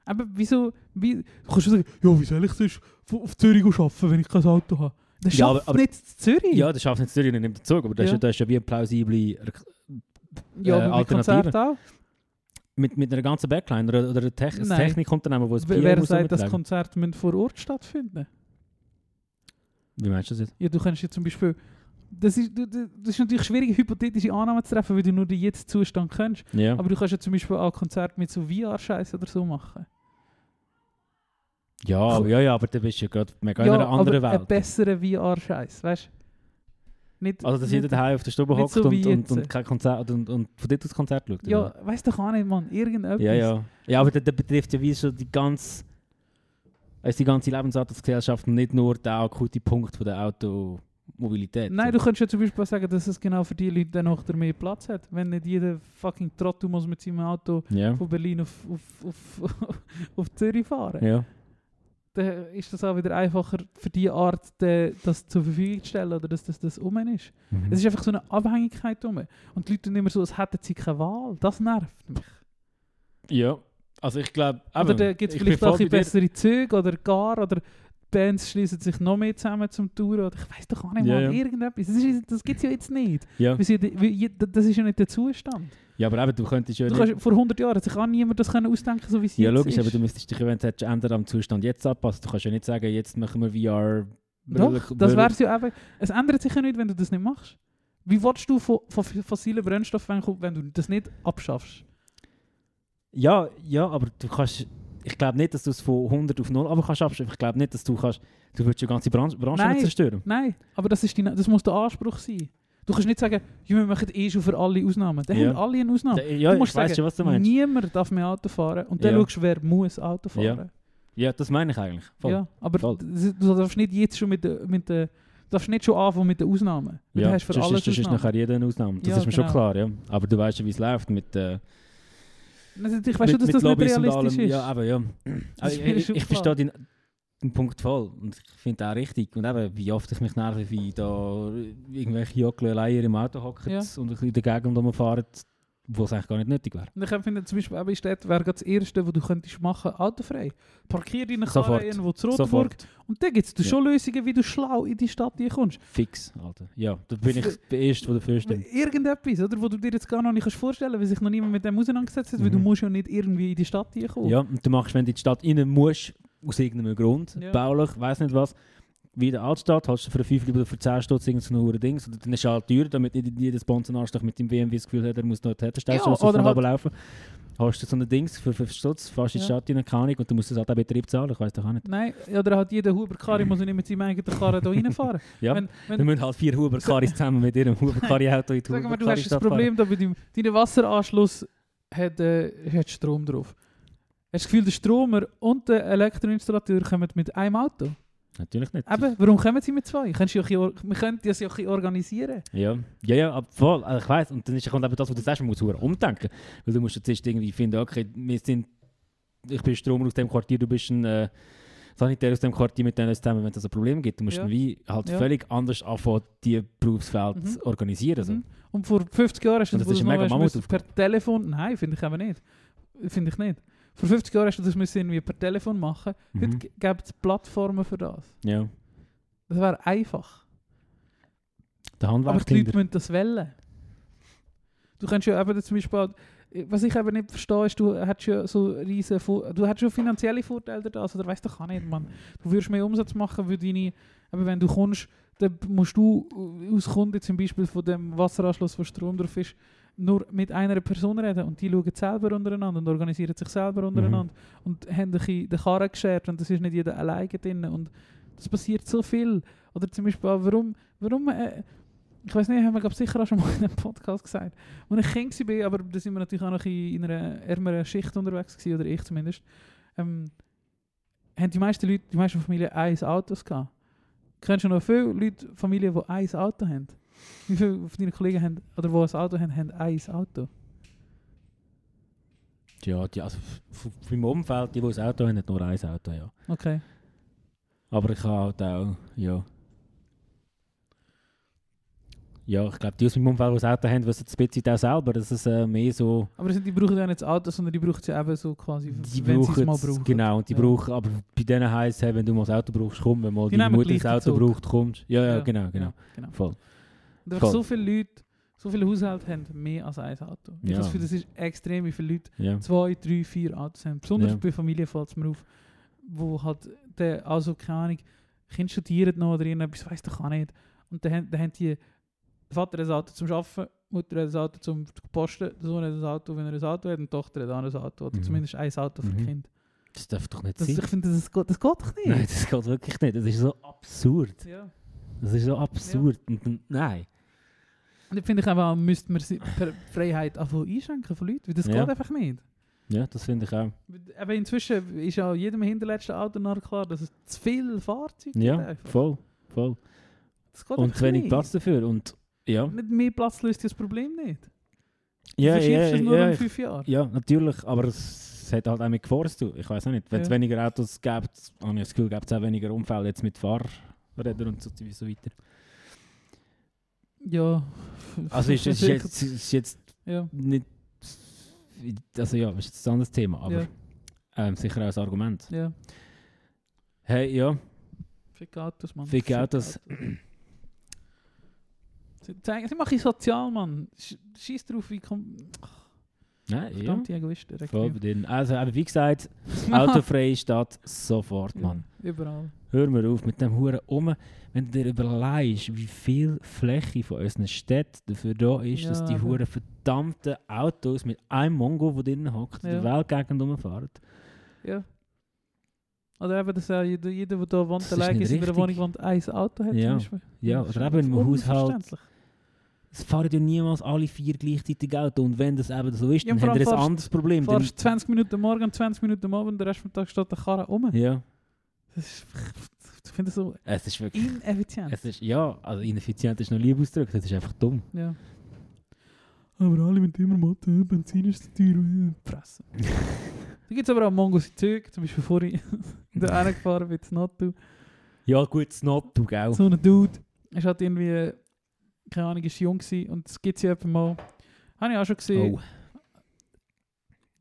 S2: Aber wieso? Wie, du kannst du sagen, ja, wie soll ich sonst auf- auf Zürich arbeiten, wenn ich kein Auto habe? Das
S3: Ja,
S2: schafft
S3: aber- aber-
S2: nicht in Zürich.
S3: Ja, das schafft nicht Zürich und nimmt den Zug, aber das,
S2: Ja.
S3: ist, ja- das ist ja wie eine plausible Erk-
S2: ja
S3: äh,
S2: aber mit
S3: Alternative.
S2: Konzert auch.
S3: mit, mit einer ganzen Backline oder, oder ein Tech ein
S2: Nein.
S3: Technikunternehmen, das ein
S2: W-
S3: Bier
S2: Wer
S3: muss
S2: sagt, dass
S3: rumtragen.
S2: Konzerte müssen vor Ort stattfinden?
S3: Wie meinst du das jetzt?
S2: Ja, du kannst jetzt zum Beispiel... Das ist, du- du- das ist natürlich schwierig, hypothetische Annahmen zu treffen, weil du nur den jetzt Zustand kennst.
S3: Ja.
S2: Aber du kannst ja zum Beispiel auch Konzerte mit so VR-Scheiß oder so machen.
S3: ja, aber- ja, ja, aber du bist ja gerade mega
S2: ja,
S3: in einer anderen
S2: aber einen
S3: Welt.
S2: besseren VR-Scheiß, weißt du? Nicht-
S3: Also, dass
S2: nicht-
S3: jeder daheim auf der Stube
S2: nicht
S3: hockt
S2: so wie
S3: und, und,
S2: jetzt.
S3: und kein Konzert und, und von dort aus Konzert schaut.
S2: Ja,
S3: oder?
S2: weiss doch auch nicht, Mann. Irgendetwas.
S3: ja, ja. Ja, aber das, das betrifft ja wie so die ganze, also die ganze Lebensart der Gesellschaft und nicht nur den akuten Punkt von der Automobilität.
S2: Nein, du könntest ja zum Beispiel sagen, dass es genau für die Leute dann noch mehr Platz hat. Wenn nicht jeder fucking Trottel muss mit seinem Auto
S3: Ja.
S2: von Berlin auf, auf, auf, auf Zürich fahren.
S3: ja.
S2: Dann ist das auch wieder einfacher für die Art, de, das zur Verfügung zu stellen oder dass das, das um ist.
S3: Mhm.
S2: Es ist einfach so eine Abhängigkeit um. Und die Leute tun immer so, als hätten sie keine Wahl. Das nervt mich.
S3: ja. Also ich glaube,
S2: Aber da gibt es vielleicht auch ein bisschen bessere Züge oder gar oder Bands schließen sich noch mehr zusammen zum Touren oder ich weiß doch auch nicht
S3: Ja,
S2: mal
S3: ja.
S2: irgendetwas. Das, ist- das gibt es ja jetzt nicht.
S3: Ja.
S2: Wir sind- wir- je- Das ist ja nicht der Zustand.
S3: ja, aber eben, du könntest ja
S2: Du
S3: nicht-
S2: kannst, vor 100 Jahren hat sich auch niemand das können ausdenken, so wie es
S3: Ja,
S2: jetzt
S3: logisch,
S2: ist.
S3: aber du müsstest dich, wenn du hättest, ändern am Zustand jetzt anpassen. Du kannst ja nicht sagen, jetzt machen wir VR.
S2: doch, das wäre ja eben. Es ändert sich ja nicht, wenn du das nicht machst. Wie willst du von, von fossilen Brennstoffen wegkommen, wenn du das nicht abschaffst?
S3: Ja, ja, aber du kannst. Ich glaube nicht, dass du es von 100 auf 0 aber kannst abschaffen. Ich glaube nicht, dass du kannst. Du würdest die ganze Branche, Branche
S2: Nein.
S3: zerstören.
S2: Nein, aber das, ist die, das muss der Anspruch sein. Du kannst nicht sagen, ja, wir machen eh schon für alle Ausnahmen. Dann
S3: Ja.
S2: haben alle eine Ausnahme.
S3: Ja,
S2: du musst
S3: ich weiß
S2: sagen,
S3: schon, was du meinst.
S2: Niemand darf mehr Auto fahren. Und dann
S3: Ja.
S2: schaust du, wer muss Auto
S3: Ja,
S2: fahren.
S3: Ja, das meine ich eigentlich.
S2: Ja,
S3: Voll.
S2: aber
S3: Voll.
S2: d- du darfst nicht jetzt schon mit der, mit der du darfst nicht schon anfangen mit der Ausnahme. Weil
S3: Ja, dus-
S2: du hast für
S3: sonst
S2: alles
S3: ist, sonst ist
S2: Ausnahmen.
S3: nachher jeder eine Ausnahme. Das
S2: Ja,
S3: ist mir schon
S2: genau.
S3: klar, ja. Aber du weißt ja, wie es läuft mit. Äh,
S2: Also, ich weiß schon,
S3: mit,
S2: dass
S3: mit
S2: das nicht
S3: Lobbys und
S2: realistisch
S3: allem.
S2: ist.
S3: Ja, Ah, aber ja.
S2: Das
S3: ich
S2: ist mir
S3: ich,
S2: schon
S3: ich
S2: klar.
S3: verstehe deinen, deinen Punkt voll und ich finde auch richtig. Und eben, wie oft ich mich nerve, wie eh, da irgendwelche Jockel alleine im Auto hocken
S2: Ja.
S3: und ein bisschen in der Gegend rumfahren, wo es eigentlich gar nicht nötig wäre.
S2: Und ich finde zum Beispiel eben in Städten wäre gerade das Erste, was du könntest machen, autofrei. Parkier deine Karre
S3: Sofort.
S2: irgendwo zu Rotenburg.
S3: Sofort.
S2: Und dann gibt es
S3: Ja.
S2: schon Lösungen, wie du schlau in die Stadt hier kommst.
S3: Fix, Alter. Ja, da bin ich
S2: F-
S3: der Erste, der dafür stimmt.
S2: Irgendetwas, oder, wo du dir jetzt gar noch nicht kannst vorstellen kannst, weil sich noch niemand mit dem auseinandergesetzt hat, weil du
S3: Mhm.
S2: musst ja nicht irgendwie in die Stadt hier kommen.
S3: Ja, und du machst, wenn du in die Stadt rein musst, aus irgendeinem Grund,
S2: Ja.
S3: baulich, weiß nicht was, wie in der Altstadt, hast du für 5 oder für 10 Stutz irgendein so ein Ding, dann ist halt teuer, damit nicht jedes Bonzenarschloch mit dem BMW das Gefühl hat, er muss noch die
S2: Ja,
S3: Heterstelle
S2: oder
S3: von
S2: halt-
S3: oben laufen. Hast du so ein Ding für 5 Stutz, fährst in die
S2: Ja.
S3: Stadt rein, keine Ahnung, und du musst es halt auch Betrieb zahlen, ich weiß doch auch nicht.
S2: Nein, oder hat jeder Huber-Karre muss ja nicht mit seinem eigenen Karre hier reinfahren.
S3: Ja,
S2: Wenn,
S3: wir
S2: wenn,
S3: müssen halt vier Huber-Karis zusammen mit ihrem Huber-Kari-Auto in die
S2: sagen wir, du hast das
S3: Huber-Kari-Stadt fahren.
S2: Problem, da bei deinem deinem Wasseranschluss hat, äh, hat Strom drauf. Hast du das Gefühl, der Stromer und der Elektroinstallateur kommen mit einem Auto?
S3: Natürlich nicht.
S2: Eben, warum kommen sie mit zwei? Kannst du ja ein bisschen or- wir könnten das ja ein bisschen organisieren.
S3: Ja, ja, ja, ab- voll. Also ich weiß. Und dann ist, kommt eben das, was du sagst, man muss verdammt umdenken. Weil du musst jetzt erst irgendwie finden, okay, wir sind, ich bin Stromer aus dem Quartier, du bist ein äh, Sanitär aus dem Quartier, mit denen es zusammen, wenn es ein Problem gibt. Du musst
S2: Ja.
S3: dann wie halt
S2: Ja.
S3: völlig anders anfangen, die Berufsfeld
S2: Mhm.
S3: zu organisieren. So.
S2: Mhm. Und vor 50 Jahren hast du
S3: Und
S2: das,
S3: das ist
S2: noch
S3: mega
S2: hast du
S3: Mammut
S2: müssen per Telefon. Nein, finde ich eben nicht. Finde ich nicht. Vor 50 Jahren hast du das müssen irgendwie per Telefon machen. Heute
S3: Mhm.
S2: gibt es Plattformen für das.
S3: Ja.
S2: Das wäre einfach.
S3: Der
S2: Aber die Leute
S3: Handwerkkinder.
S2: müssen das wählen. Du kannst ja eben zum Beispiel, auch- was ich eben nicht verstehe, ist, du hast ja so riesen, Vor- du hast schon finanzielle Vorteile dadurch, oder weißt du, kann nicht, Mann. Du würdest mehr Umsatz machen, weil deine, aber wenn du kommst, dann musst du äh, als Kunde zum Beispiel von dem Wasseranschluss, wo Strom drauf ist, nur mit einer Person reden und die schauen selber untereinander und organisieren sich selber untereinander und haben ein bisschen den Karren geschert und das ist nicht jeder alleine drin und das passiert so viel. Oder zum Beispiel auch, warum, warum äh, ich weiß nicht, haben wir glaub, sicher auch schon mal in einem Podcast gesagt, als ich Kind war, aber da sind wir natürlich auch noch in, in einer ärmeren Schicht unterwegs gewesen, oder ich zumindest, ähm, haben die meisten Leute, die meisten Familien ein Autos gehabt. Kennst du noch viele Leute, Familien, die ein Auto haben? Wie viele von deinen Kollegen haben, oder die ein Auto haben, haben ein Auto?
S3: Ja, die, also f- f- von meinem Umfeld, die, die ein Auto haben, hat nur ein Auto, ja.
S2: Okay.
S3: Aber ich habe halt auch, ja. Ja, ich glaube, die aus meinem Umfeld, die ein Auto haben, wissen es ein bisschen auch selber, dass es äh, mehr so...
S2: Aber sie- die brauchen ja nicht das Auto, sondern die brauchen sie eben so quasi,
S3: Die
S2: wenn sie
S3: brauchen
S2: es mal
S3: es-
S2: brauchen.
S3: Genau, und die
S2: Ja.
S3: brauchen, aber bei denen heisst es, hey, wenn du mal das Auto brauchst, komm, wenn mal
S2: Die
S3: deine
S2: nehmen
S3: Mutter
S2: gleich
S3: das Auto
S2: den Zug.
S3: braucht, kommst. Ja, ja, genau, genau.
S2: Genau, Ja, genau.
S3: Voll.
S2: Und einfach
S3: Voll.
S2: so viele Leute, so viele Haushalte haben mehr als ein Auto. Dus Ich
S3: Ja.
S2: habe das Gefühl, das ist extrem, wie viele Leute
S3: Ja.
S2: zwei, drei, vier Autos haben. Besonders
S3: Ja.
S2: bei Familien fällt es mir auf, wo halt, der, also keine Ahnung, Kinder studieren noch oder irgendetwas, weiss doch auch nicht. Und dann, haben- dann haben die der Vater ein Auto zum Arbeiten, Mutter hat ein Auto zum Posten, der Sohn hat ein Auto, wenn er ein Auto hat, und die Tochter hat auch noch ein Auto. Oder
S3: Mhm.
S2: zumindest ein Auto für
S3: Mhm.
S2: Kind.
S3: Das darf doch nicht
S2: Das,
S3: sein.
S2: ich finde, das, geht- das geht doch nicht.
S3: Nein, das geht wirklich nicht. Das ist so absurd.
S2: Ja.
S3: Das ist so absurd. Und, dann- nein.
S2: Und ich finde ich einfach, müsste man sie- per Freiheit einfach einschränken von Leuten, weil das
S3: Ja.
S2: geht einfach nicht.
S3: Ja, das finde ich auch.
S2: Aber inzwischen ist ja jedem hinterletzten Auto nach klar, dass es zu viele Fahrzeuge gibt.
S3: Ja,
S2: einfach.
S3: voll. voll.
S2: Das geht
S3: Und
S2: einfach
S3: zu wenig
S2: nicht.
S3: Platz dafür. Und ja.
S2: Nicht mehr Platz löst das Problem nicht. Du
S3: Ja,
S2: verschiebst
S3: ja,
S2: es nur
S3: ja,
S2: um
S3: ich-
S2: fünf Jahre.
S3: ja, natürlich. Aber es hat halt auch mit Gefahr zu tun. Ich weiß auch nicht. Wenn es
S2: Ja.
S3: weniger Autos gibt, habe ich das Gefühl, gibt es auch weniger Unfälle jetzt mit Fahrrädern und so, so weiter.
S2: Ja.
S3: Also ist, ist,
S2: Sicher-
S3: jetzt, ist jetzt
S2: Ja.
S3: nicht. Also ja, ist jetzt ein anderes Thema, aber
S2: Ja.
S3: ähm, sicher auch ein Argument.
S2: ja.
S3: Hey, ja,
S2: Fick Autos, Mann.
S3: Fick Autos.
S2: Sie, zeigen- sie machen sozial, Mann. Sch- Scheiß drauf, wie kommt.
S3: nein, ja.
S2: Verdammte Egoisten. regt
S3: Voll
S2: mich
S3: bei denen. Also, aber wie gesagt,
S2: auf.
S3: autofreie Stadt sofort,
S2: Ja,
S3: Mann.
S2: Überall.
S3: Hör mir auf mit dem Huren um. Wenn du dir überlegst, wie viel Fläche von unseren Städten dafür da ist, dass
S2: Ja,
S3: die
S2: aber-
S3: Huren verdammten Autos mit einem Mongo, der drinnen hockt, in
S2: Ja.
S3: der Weltgegend rumfahren.
S2: Ja. Oder eben, dass auch jeder, jeder der da wohnt,
S3: Das ist
S2: allein
S3: nicht
S2: ist in einer
S3: richtig.
S2: Wohnung wohnt, ein Auto hat.
S3: Ja.
S2: zum Beispiel.
S3: Ja,
S2: Das
S3: oder
S2: ist
S3: eben in einem Haushalt.
S2: unverständlich.
S3: Es fahren ja niemals alle vier gleichzeitig Auto. Und wenn das eben so ist,
S2: Ja,
S3: dann
S2: vor
S3: haben wir
S2: allem
S3: ein
S2: fährst-
S3: anderes Problem.
S2: Du
S3: Dann-
S2: fährst 20 Minuten am Morgen, 20 Minuten am Abend, der Rest des Tages steht der Karre um.
S3: Ja,
S2: Das ist, ich finde das so
S3: es ist wirklich.
S2: ineffizient.
S3: Es ist, ja, also ineffizient ist noch lieb ausgedrückt, das ist einfach dumm.
S2: Ja. Aber alle mit immer Mathe, Benzin ist zu teuer, äh, fressen. da gibt es aber auch Mongos in Zug, zum Beispiel vorhin da reingefahren bin, zu Natu.
S3: Ja, gut, das Not, du, gell?
S2: So ein Dude, er hat irgendwie, äh, keine Ahnung, ist jung gewesen und es gibt sie jemanden mal. Habe ich auch schon gesehen.
S3: Oh,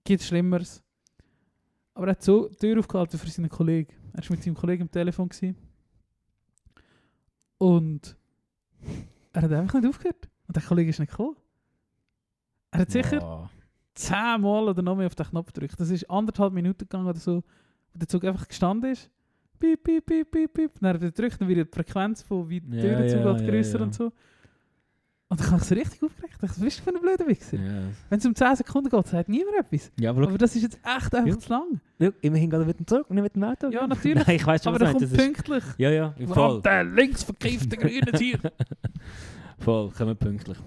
S2: gibt Schlimmeres. Aber er hat so die Tür aufgehalten für seinen Kollegen. Er war mit seinem Kollegen am Telefon. Gewesen. Und er hat einfach nicht aufgehört. Und der Kollege ist nicht gekommen. Er hat sicher
S3: Ja.
S2: zehnmal oder noch mehr auf den Knopf gedrückt. Das ist anderthalb Minuten gegangen oder so, wo der Zug einfach gestanden ist. Piep, piep, piep, piep, piep. Dann hat er wieder gedrückt, dann wird die Frequenz von wie die
S3: Ja,
S2: Tür
S3: ja,
S2: zugeht
S3: ja,
S2: grösser
S3: ja.
S2: und so. Und dann habe ich so richtig aufgeregt. Ich dachte, was bist du für ein blöder Wichser?
S3: Ja.
S2: Wenn es um 10 Sekunden geht, sagt niemand etwas.
S3: ja, aber
S2: Aber das ist jetzt echt einfach
S3: Ja.
S2: zu lang.
S3: schau, Ne, immerhin geht er mit dem Zug und nicht mit dem Auto.
S2: Ja, natürlich.
S3: Nein, ich weiß schon,
S2: aber er
S3: was du
S2: kommt
S3: meinst, das ist-
S2: pünktlich.
S3: Ja, ja, im
S2: Warum
S3: Fall.
S2: der eh, links verkiffte grüne Tier?
S3: Voll, kommen pünktlich.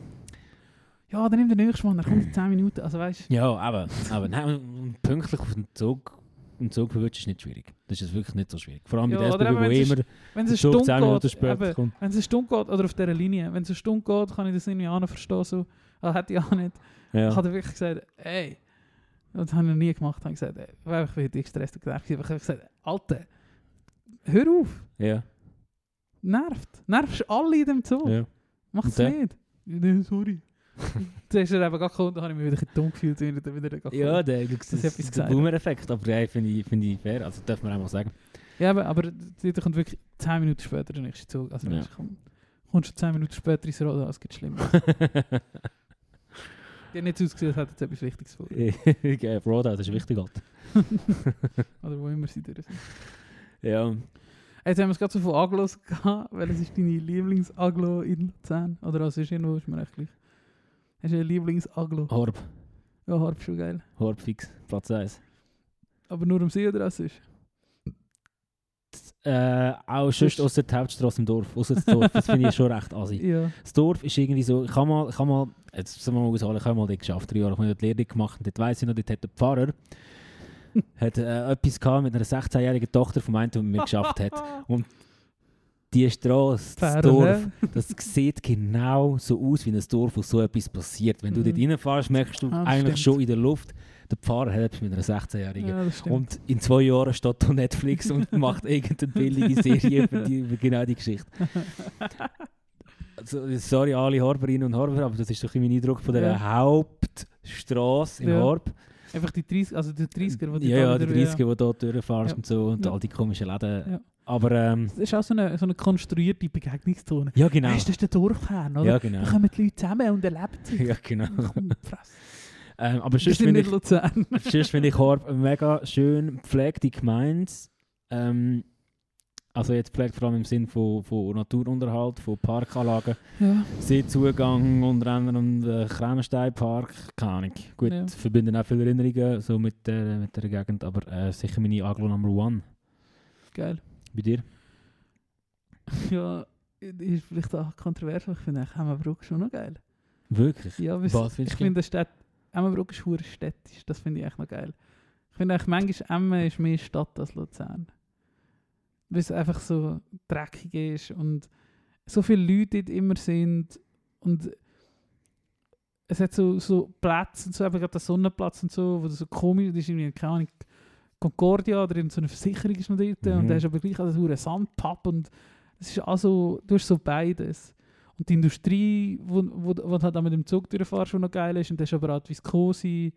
S2: Ja, dann nimm den nächsten Mann, er kommt in 10 Minuten. Also weißt du,
S3: Ja, aber, aber nein, und- und pünktlich auf den Zug. Ein Zug verwirrt ist nicht schwierig. Das ist wirklich nicht so schwierig. Vor allem mit
S2: Ja,
S3: der
S2: oder eben,
S3: SBB, wo
S2: wenn es
S3: immer
S2: wenn es
S3: der
S2: eine
S3: Zug
S2: Stunde
S3: 10 Minuten
S2: geht,
S3: später
S2: eben,
S3: kommt.
S2: wenn es eine Stunde geht, oder auf dieser Linie, wenn es eine Stunde geht, kann ich das irgendwie auch noch verstehen. So. Also, hätte ich auch nicht. Ich
S3: Ja.
S2: habe wirklich gesagt, ey, das habe ich noch nie gemacht. Habe ich gesagt, ey, weil ich bin gestresst und genervt. gewesen. Aber ich habe gesagt, Alter, hör auf,
S3: Ja.
S2: nervt. Nervst alle in dem Zug.
S3: ja.
S2: Mach es
S3: Und dann?
S2: nicht. Nee, sorry. Toen is er eben gar gekommen, dann habe ich mich wieder gedumm gefühlt, wenn ich dann wieder gekommen
S3: Ja, der,
S2: etwas
S3: das ist der
S2: gesagt.
S3: Boomer-Effekt, aber ja, finde ich, finde ich fair. Also darf man auch mal sagen.
S2: ja aber, aber dort kommt wirklich 10 Minuten später der nächste Zug. Also
S3: Ja.
S2: ja. kommst du 10 Minuten später ins Rot, es geht schlimm. Die hat nicht ausgesehen, als hätte jetzt etwas Wichtiges vor.
S3: ja, Broadout ist wichtig, Alter.
S2: Oder wo immer sie durch sind.
S3: Ja.
S2: Jetzt haben wir es gerade so von Aglos gehabt, weil es ist deine Lieblingsaglo in Luzern. Oder also ist irgendwo, ist mir echt gleich. Hast du einen Lieblingsaglo?
S3: Horb.
S2: Ja, Harp ist schon geil.
S3: Horb fix. Platz 1.
S2: Aber nur am See oder was ist?
S3: Äh, auch sonst
S2: Sonst-
S3: außer die Hauptstraße im Dorf. Außer das Dorf. Das finde ich schon recht assi.
S2: Ja.
S3: Das Dorf ist irgendwie so, ich habe mal, ich habe mal, jetzt sind wir mal ausholen, ich habe mal dort geschafft, drei Jahre, ich habe dort die Lehre gemacht und dort weiss ich noch, dort hat der Pfarrer hat, äh, etwas gehabt mit einer 16-jährigen Tochter vom einen, der mit mir geschafft hat.
S2: Ah.
S3: Die Straße, das
S2: Fair,
S3: Dorf,
S2: ne?
S3: das sieht genau so aus wie ein Dorf, wo so etwas passiert. Wenn du
S2: Mhm.
S3: dort reinfährst, merkst du
S2: Ah, das
S3: eigentlich
S2: stimmt.
S3: schon in der Luft, der Pfarrer hat etwas mit einer 16-jährigen.
S2: Ja, das stimmt.
S3: Und in zwei Jahren steht da Netflix und macht irgendeine billige Serie über, die, über genau die Geschichte. Also, sorry, alle Harberinnen und Harber, aber das ist doch mein Eindruck von der
S2: Ja.
S3: Hauptstraße im
S2: Ja.
S3: Harb.
S2: Einfach die 30, also die 30er, die
S3: ja, ja,
S2: da
S3: die
S2: wieder-
S3: 30er, die da durchfährst
S2: Ja.
S3: und so und
S2: Ja.
S3: all die komischen Läden.
S2: Ja.
S3: Aber ähm,
S2: Das ist auch so eine, so eine konstruierte Begegnungszone.
S3: ja, genau.
S2: Weißt du, das ist der Dorfkern, oder?
S3: Ja,
S2: Da
S3: genau.
S2: kommen die Leute zusammen und erleben sich.
S3: Ja, genau.
S2: Komm, fress.
S3: Ähm, aber
S2: Das
S3: sonst
S2: ist
S3: finde
S2: nicht
S3: ich,
S2: Luzern.
S3: sonst finde ich Harb eine mega schön gepflegte Gemeinde. Ähm, also jetzt gepflegt vor allem im Sinn von, von Naturunterhalt, von Parkanlagen.
S2: Ja.
S3: Seezugang unter anderem äh, Krämensteinpark, keine Ahnung. Gut,
S2: Ja.
S3: verbinden auch viele Erinnerungen so mit der, mit der Gegend, aber äh, sicher meine Aglo Number One.
S2: Geil.
S3: Bei dir?
S2: Ja, das ist vielleicht auch kontrovers, aber ich finde eigentlich Hemmenbrook schon noch geil.
S3: Wirklich?
S2: Ja, weiss-
S3: Was findest
S2: ich
S3: du?
S2: finde, Stadt, Emmenbrook ist hure städtisch, das finde ich echt noch geil. Ich finde eigentlich, manchmal Emmen ist mehr Stadt als Luzern. Weil es einfach so dreckig ist und so viele Leute dort immer sind und es hat so, so Plätze und so, eben gerade der Sonnenplatz und so, wo das so komisch das ist, irgendwie, keine Ahnung, Concordia oder in so eine Versicherung ist noch dort
S3: Mhm.
S2: und da ist aber gleich auch das hure Sandpapp und es ist also, du hast so beides. Und die Industrie, wo, wo, wo du halt auch mit dem Zug durchfährst, die noch geil ist. Und das ist aber auch die Viskose,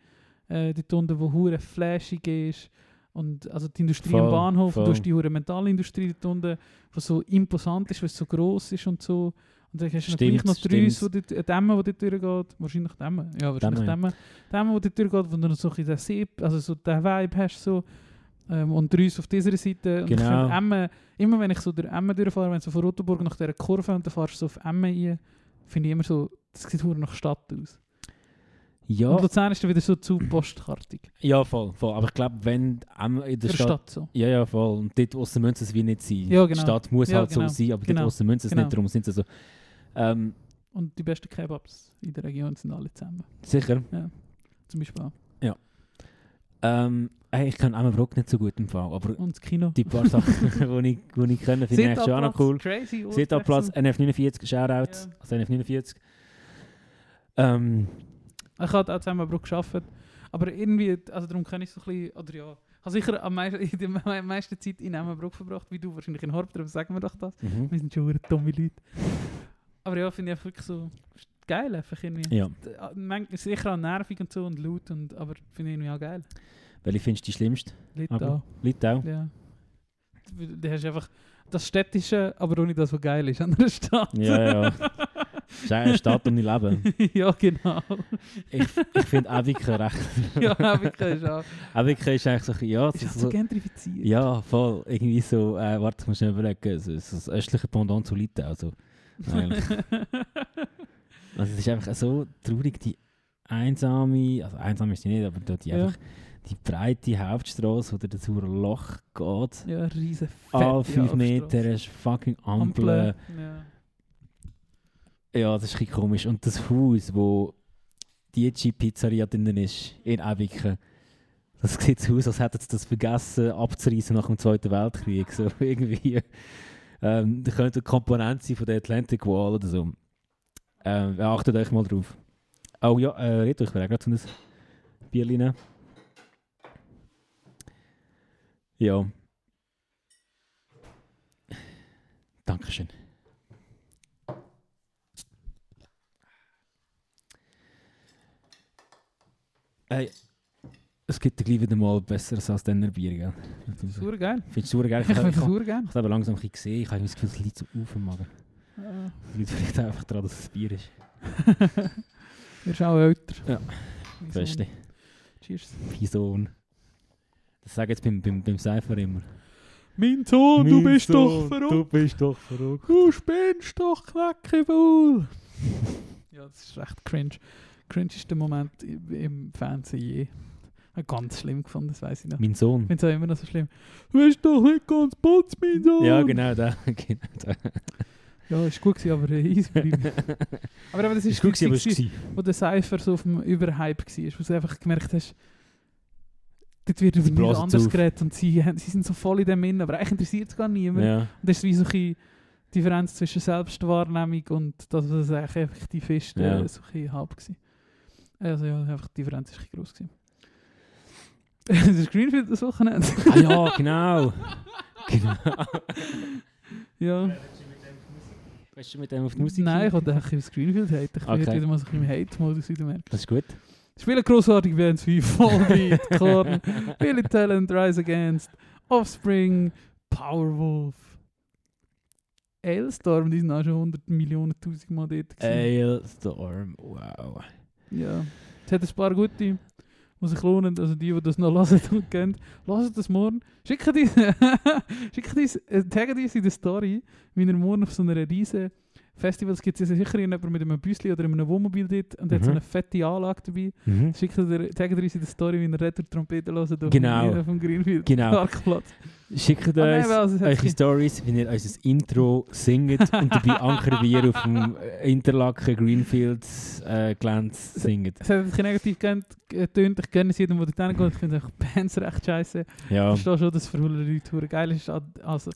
S2: äh, dort unten, wo hure flashig ist. Und also die Industrie am
S3: Voll,
S2: Bahnhof, und
S3: voll.
S2: du hast die hure Metallindustrie dort unten, die so imposant ist, weil es so gross ist und so. Und dann hast du noch
S3: Stimmt,
S2: gleich noch drei,
S3: stimmt.
S2: so dort, äh, Dämme, die dort durchgeht. Wahrscheinlich Dämme. Ja, wahrscheinlich
S3: Dämme,
S2: Dämme. Dämme, die dort durchgeht, wo du noch so ein bisschen den Sieb, also so den Vibe hast. So. Ähm, und drei auf dieser Seite. Und ich
S3: Genau.
S2: finde Emmen, immer wenn ich so durch Emmen durchfahre, wenn du so von Rotenburg nach dieser Kurve und dann fährst du so auf Emmen rein, finde ich immer so, das sieht hure nach Stadt aus.
S3: Ja,
S2: Und Luzern ist dann wieder so zu postkartig.
S3: ja voll, voll. Aber ich glaube, wenn ähm, in der
S2: Für
S3: Stadt...
S2: Stadt so.
S3: Ja, ja, voll. Und dort aussen müssen es wie nicht sein.
S2: Ja,
S3: Die
S2: genau.
S3: Stadt muss
S2: Ja,
S3: halt
S2: genau.
S3: so sein, aber
S2: Genau.
S3: dort aussen müssen es
S2: Genau.
S3: nicht, darum sind sie so. Ähm,
S2: Und die besten Kebabs in der Region sind alle zusammen.
S3: sicher.
S2: Zum Beispiel auch.
S3: Ähm, hey, ich kann Emmenbrock nicht so gut im Fall, aber
S2: Und das Kino.
S3: die paar Sachen, die ich, die ich kenne, finde ich eigentlich schon auch noch cool.
S2: Crazy.
S3: Seetaplatz, NF49, Shoutout,
S2: Ja.
S3: also NF49. Ähm,
S2: Ich habe auch zusammen Bruck geschafft. Aber irgendwie, also darum kann ich so ein bisschen, oder ja, ich habe sicher am meisten, in der me- meisten Zeit in Emmenbrook verbracht, wie du wahrscheinlich in Horb, darum sagen wir doch das.
S3: mhm.
S2: Wir sind schon hure dumme Leute. Aber ja, finde ich einfach wirklich so ist geil, einfach irgendwie.
S3: ja.
S2: Ja. Manchmal sicher auch nervig und so und laut, und, aber finde ich irgendwie auch geil.
S3: Welche findest du die schlimmste?
S2: Leute
S3: Aber
S2: auch.
S3: Litau.
S2: Ja. Du, du hast einfach das Städtische, aber ohne das, was geil ist an der Stadt.
S3: Ja, ja. Ist eine Stadt und ich lebe.
S2: ja, genau.
S3: Ich, ich finde Ewiken recht.
S2: ja, wirklich ist auch.
S3: Ewiken ist eigentlich so, ein bisschen- ja,
S2: Ist auch
S3: so,
S2: so
S3: so,
S2: gentrifiziert.
S3: ja, voll. Irgendwie so, äh, warte, ich muss schnell überlegen, so, so das östliche Pendant zu Litau. Also, eigentlich. also es ist einfach so traurig, die einsame, also einsam ist sie nicht, aber da die
S2: Ja.
S3: einfach die breite Hauptstraße, wo da das hure Loch geht.
S2: Ja, riesen fette
S3: Alle 5
S2: Jahrstrasse.
S3: Meter ist fucking Ampel.
S2: Ampeln. Ja.
S3: Ja, das ist ein bisschen komisch. Und das Haus, wo die Pizzeria drin ist, in Ewiken, das sieht so aus, als hätten sie das vergessen abzureißen nach dem Zweiten Weltkrieg. So irgendwie. Ähm, das könnte eine Komponente sein von der Atlantic Wall oder so. Ähm, achtet euch mal drauf. Oh ja, äh, Reto, ich wäre gerade zu einem Bier nehmen. Ja. Dankeschön. Hey, es gibt gleich wieder mal besseres als den Bier, gell?
S2: Super geil.
S3: Findest du super geil?
S2: Ich
S3: Ich
S2: finde
S3: habe ich
S2: es
S3: habe-
S2: super geil.
S3: ich habe aber langsam ein bisschen gesehen, ich habe das Gefühl, es liegt so auf dem Magen.
S2: Äh,
S3: Es liegt vielleicht einfach daran, dass es Bier ist.
S2: Wir sind auch älter.
S3: Ja.
S2: Mein Sohn.
S3: Beste.
S2: Cheers.
S3: Mein Sohn. Das sage ich jetzt beim, beim, beim Cypher immer.
S2: Mein Sohn, du bist doch verrückt.
S3: bist doch verrückt.
S2: Du spinnst doch, Knackebull. Ja, das ist recht cringe. Cringe ist der Moment im, im Fernsehen je. Hab ich Ganz schlimm gefunden, das weiß ich noch. Ich
S3: Mein Sohn.
S2: finde es immer noch so schlimm. Du bist doch nicht ganz putz, mein Sohn.
S3: Ja, genau, da. Genau da.
S2: Ja, ist gut gewesen, aber äh, easy geblieben. aber, aber das ist,
S3: Ist gut, gewesen, aber es
S2: gewesen,
S3: war.
S2: wo der Cypher so auf dem Überhype war, wo du einfach gemerkt hast, dort wird über
S3: Sie
S2: nichts
S3: blasen's
S2: anderes
S3: auf.
S2: geredet und sie, haben- sie sind so voll in dem Innen, aber eigentlich interessiert es gar niemand.
S3: Ja.
S2: Und das ist wie so eine Differenz zwischen Selbstwahrnehmung und das, was es eigentlich effektiv ist, äh,
S3: Ja.
S2: so ein halb gewesen. Also ja, einfach die Differenz ist ein bisschen gross gewesen. das ist Dus Greenfield das Wochenende.
S3: Ah ja, genau. genau.
S2: ja.
S3: Willst du mit dem auf die Musik?
S2: Nein, ich
S3: gehen?
S2: wollte eigentlich aufs Greenfield haten. Ich bin
S3: Okay.
S2: heute wieder mal so ein bisschen im Hate-Modus, wie du merkst.
S3: Das ist gut.
S2: Spielen grossartig Bands wie Volbeat, Korn, Billy Talent, Rise Against, Offspring, Powerwolf. Elstorm, die sind auch schon 100 Millionen, tausend Mal dort. gewesen.
S3: Ailstorm, wow.
S2: Ja. Es hat ein paar gute, die sich lohnen. Also die, die das noch hören und kennen, hören das morgen. Schickt uns, schickt uns, äh, taggt uns in der Story, wie ihr morgen auf so einer riesen Festivals gibt es sicher jemanden mit einem Büsli oder einem Wohnmobil dort und hat so
S3: Mhm.
S2: eine fette Anlage dabei.
S3: Mhm.
S2: Schickt ihr, taggt uns in der Story, wie ihr Retter Trompete hört auf
S3: Genau.
S2: dem- auf dem Greenfield.
S3: Genau.
S2: Parkplatz.
S3: Schickt uns
S2: Ah, nein, weil es hat
S3: eure
S2: sich-
S3: Stories, wenn ihr unser Intro singt und dabei ankern wir auf dem äh, Interlaken Greenfields äh, Glänz singt.
S2: Es hat ein bisschen negativ getönt. getönt. Ich kenne es jedem, der dort hingeht. Ich finde einfach Bands recht scheiße.
S3: Ja,
S2: Ich verstehe schon, dass es für viele Leute verdammt geil ist. Also,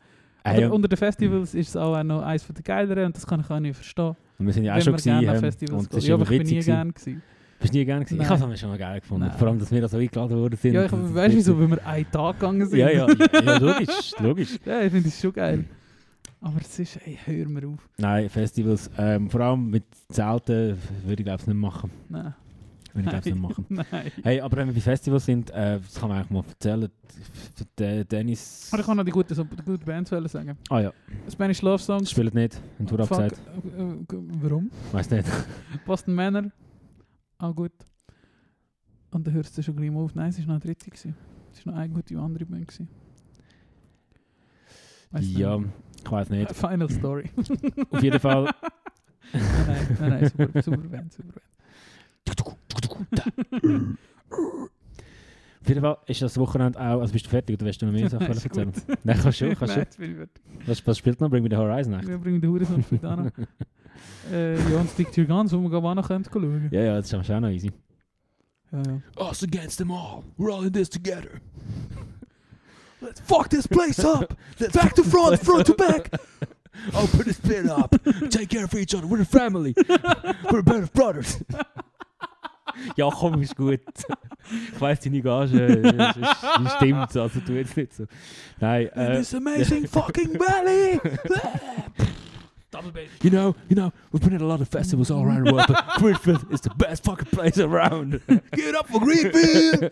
S3: Hey,
S2: Aber unter den Festivals ist es auch noch eines der geileren und das kann ich auch nicht verstehen.
S3: und wir sind ja auch
S2: wenn
S3: schon
S2: man gerne an
S3: gewesen. Ähm,
S2: Festivals
S3: und
S2: geht.
S3: das
S2: Ja,
S3: war
S2: aber
S3: immer
S2: ich bin nie
S3: witzig. gewesen.
S2: gerne gewesen.
S3: Bist du nie gerne gewesen?
S2: Nein.
S3: Ich habe es schon mal geil gefunden.
S2: Nein.
S3: Vor allem, dass wir da so eingeladen worden sind.
S2: Ja, ich,
S3: Das ist
S2: weißt du wieso,
S3: witzig.
S2: weil wir einen Tag gegangen sind?
S3: Ja, ja, ja, ja, logisch, logisch.
S2: ja, ich finde es schon geil. Aber es ist, ey, hör mir auf.
S3: Nein, Festivals, ähm, vor allem mit Zelten würde ich glaube ich nicht machen.
S2: Nein.
S3: Würde ich glaube ich nicht
S2: Nein.
S3: machen.
S2: Nein.
S3: Hey, aber wenn wir bei Festivals sind, äh, das kann man eigentlich mal erzählen. Der Dennis.
S2: Aber ich kann noch die guten, so, die guten Bands wollen sagen.
S3: Ah ja,
S2: Spanish Love Songs.
S3: spielt nicht. Ein Tour
S2: Fuck,
S3: abgesagt.
S2: äh, äh, Warum?
S3: Weiß nicht.
S2: Boston Manor. Auch gut. Und dann hörst du schon gleich mal auf. Nein, es war noch ein dritter. gewesen. Es war noch eine gute andere Band. gewesen. Weiss nicht.
S3: Ja, ich weiß nicht.
S2: Ah, Final Story.
S3: Auf jeden Fall.
S2: Nein, nein, nein, nein, super, super Band, super Band.
S3: Auf jeden Fall ist das Wochenende auch. Also bist du fertig oder willst du noch mehr Sachen
S2: Nein, ist
S3: erzählen? Nein, kannst schon, kannst
S2: Nein,
S3: schon.
S2: jetzt bin ich fertig.
S3: Was, was spielt noch? Bring me the Horizon echt.
S2: Wir bringen den Hurensohn später an. Äh, ja, und Stick to your Guns, wo wir gehen ran können, schauen.
S3: Ja, ja, das ist auch noch easy.
S2: Ja, ja.
S4: Us against them all. We're all in this together. Let's fuck this place up. Let's back to front, front to back. Open this pit up. Take care of each other. We're a family. We're a band of brothers.
S3: Ja, komm, ist gut. Ich weiss, deine Gage äh, ist- stimmt, also tu jetzt nicht so. Nein,
S4: In
S3: äh,
S4: this amazing fucking valley.
S2: Double Bass.
S4: You know, you know, we've been at a lot of festivals all around the world, but Greenfield is the best fucking place around. Get up for Greenfield.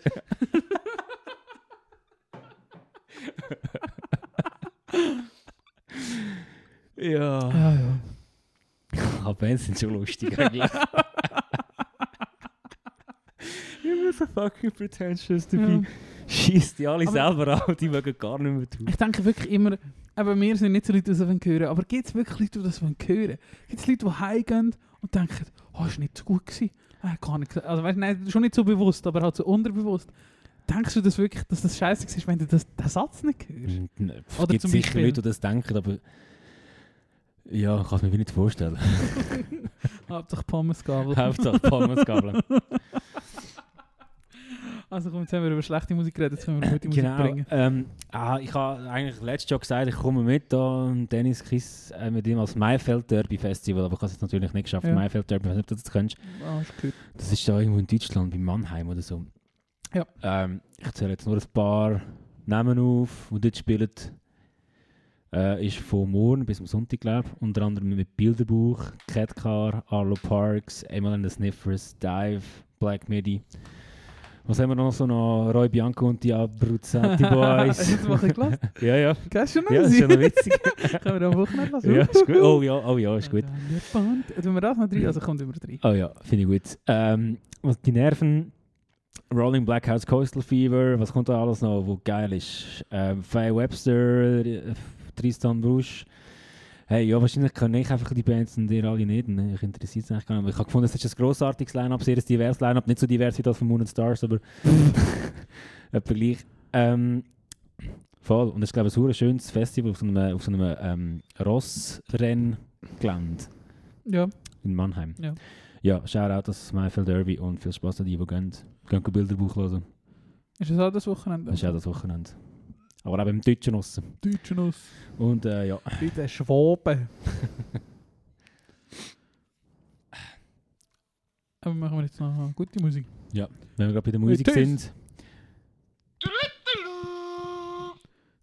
S3: ja.
S2: Ja, ja.
S3: Ah, Bands sind schon lustig eigentlich. Immer so fucking pretentious
S2: ja.
S3: dabei. Schießt die alle
S2: Aber-
S3: selber an, die mögen gar nicht mehr tun.
S2: Ich denke wirklich immer, eben wir sind nicht so Leute, die das hören wollen, aber gibt es wirklich Leute, die das hören wollen? Gibt es Leute, die heimgehen und denken, oh, ist nicht so gut gewesen? Ah, gar nicht. Also weißt, nein, schon nicht so bewusst, aber halt so unterbewusst. Denkst du das wirklich, dass das scheiße ist, wenn du das, den Satz nicht hörst? Oder
S3: Es gibt
S2: zum
S3: sicher
S2: Beispiel-
S3: Leute, die das denken, aber. Ja, ich kann es mir wie nicht vorstellen. Mhm.
S2: Hauptsache Pommesgabel.
S3: Hauptsache Pommesgabeln.
S2: Also komm, jetzt haben wir über schlechte Musik geredet, jetzt können wir gute Musik
S3: Genau.
S2: bringen.
S3: Ähm, ah, ich habe eigentlich letztes Jahr gesagt, ich komme mit da am Dennis Kiss äh, mit ihm als Maifeld Derby Festival, aber ich habe es natürlich nicht geschafft.
S2: Ja.
S3: Maifeld Derby, ich weiß nicht, ob du das kennst.
S2: Ah, ist gut.
S3: Das ist da irgendwo in Deutschland, bei Mannheim oder so.
S2: Ja.
S3: Ähm, ich zähle jetzt nur ein paar Namen auf, die dort spielen. Äh, ist von morgen bis am Sonntag, glaube ich. Unter anderem mit Bilderbuch, Catcar, Arlo Parks, Emil and the Sniffers, Dive, Black Midi. Was haben wir noch? So noch Roy Bianco und die Abruzzati
S2: Hast
S3: Boys.
S2: du Ah. jetzt mal ein bisschen gelassen?
S3: ja, ja.
S2: Gehst du noch?
S3: Ja, das ist ja noch witzig.
S2: Können wir da am Wochenende lassen?
S3: ja, ist gut. Oh ja, oh ja, ist gut.
S2: Band. Tun wir das noch drei? Also kommt immer drei.
S3: Oh ja, finde ich gut. Ähm, was die Nerven, Rolling Blackhouse Coastal Fever, was kommt da alles noch, wo geil ist? Ähm, Faye Webster, äh, Tristan Brusch, Hey, ja, wahrscheinlich kann ich einfach die Bands und ihr alle nicht. Ne? Ich interessiert es eigentlich gar nicht. Aber Ich habe gefunden, es ist ein grossartiges Line-Up, sehr ein diverses Line-Up. Nicht so divers wie das von Moon and Stars, aber etwa gleich. Ähm, voll. Und es ist, glaube ich, ein verdammt schönes Festival auf so einem, auf so einem ähm, Rossrenngelände
S2: Ja,
S3: in Mannheim.
S2: Ja.
S3: Ja, Shoutout das Mayfield Derby und viel Spaß an die, die gehen. Gehen ein Bilderbuch hören.
S2: ist das auch das Wochenende?
S3: Das ist auch das Wochenende. Aber auch beim Deutschen draussen.
S2: Deutschen aus.
S3: Und äh, ja.
S5: Bei den Schwaben.
S2: Aber machen wir jetzt noch gute Musik.
S3: Wenn wir gerade bei der Musik
S2: tschüss.
S3: sind.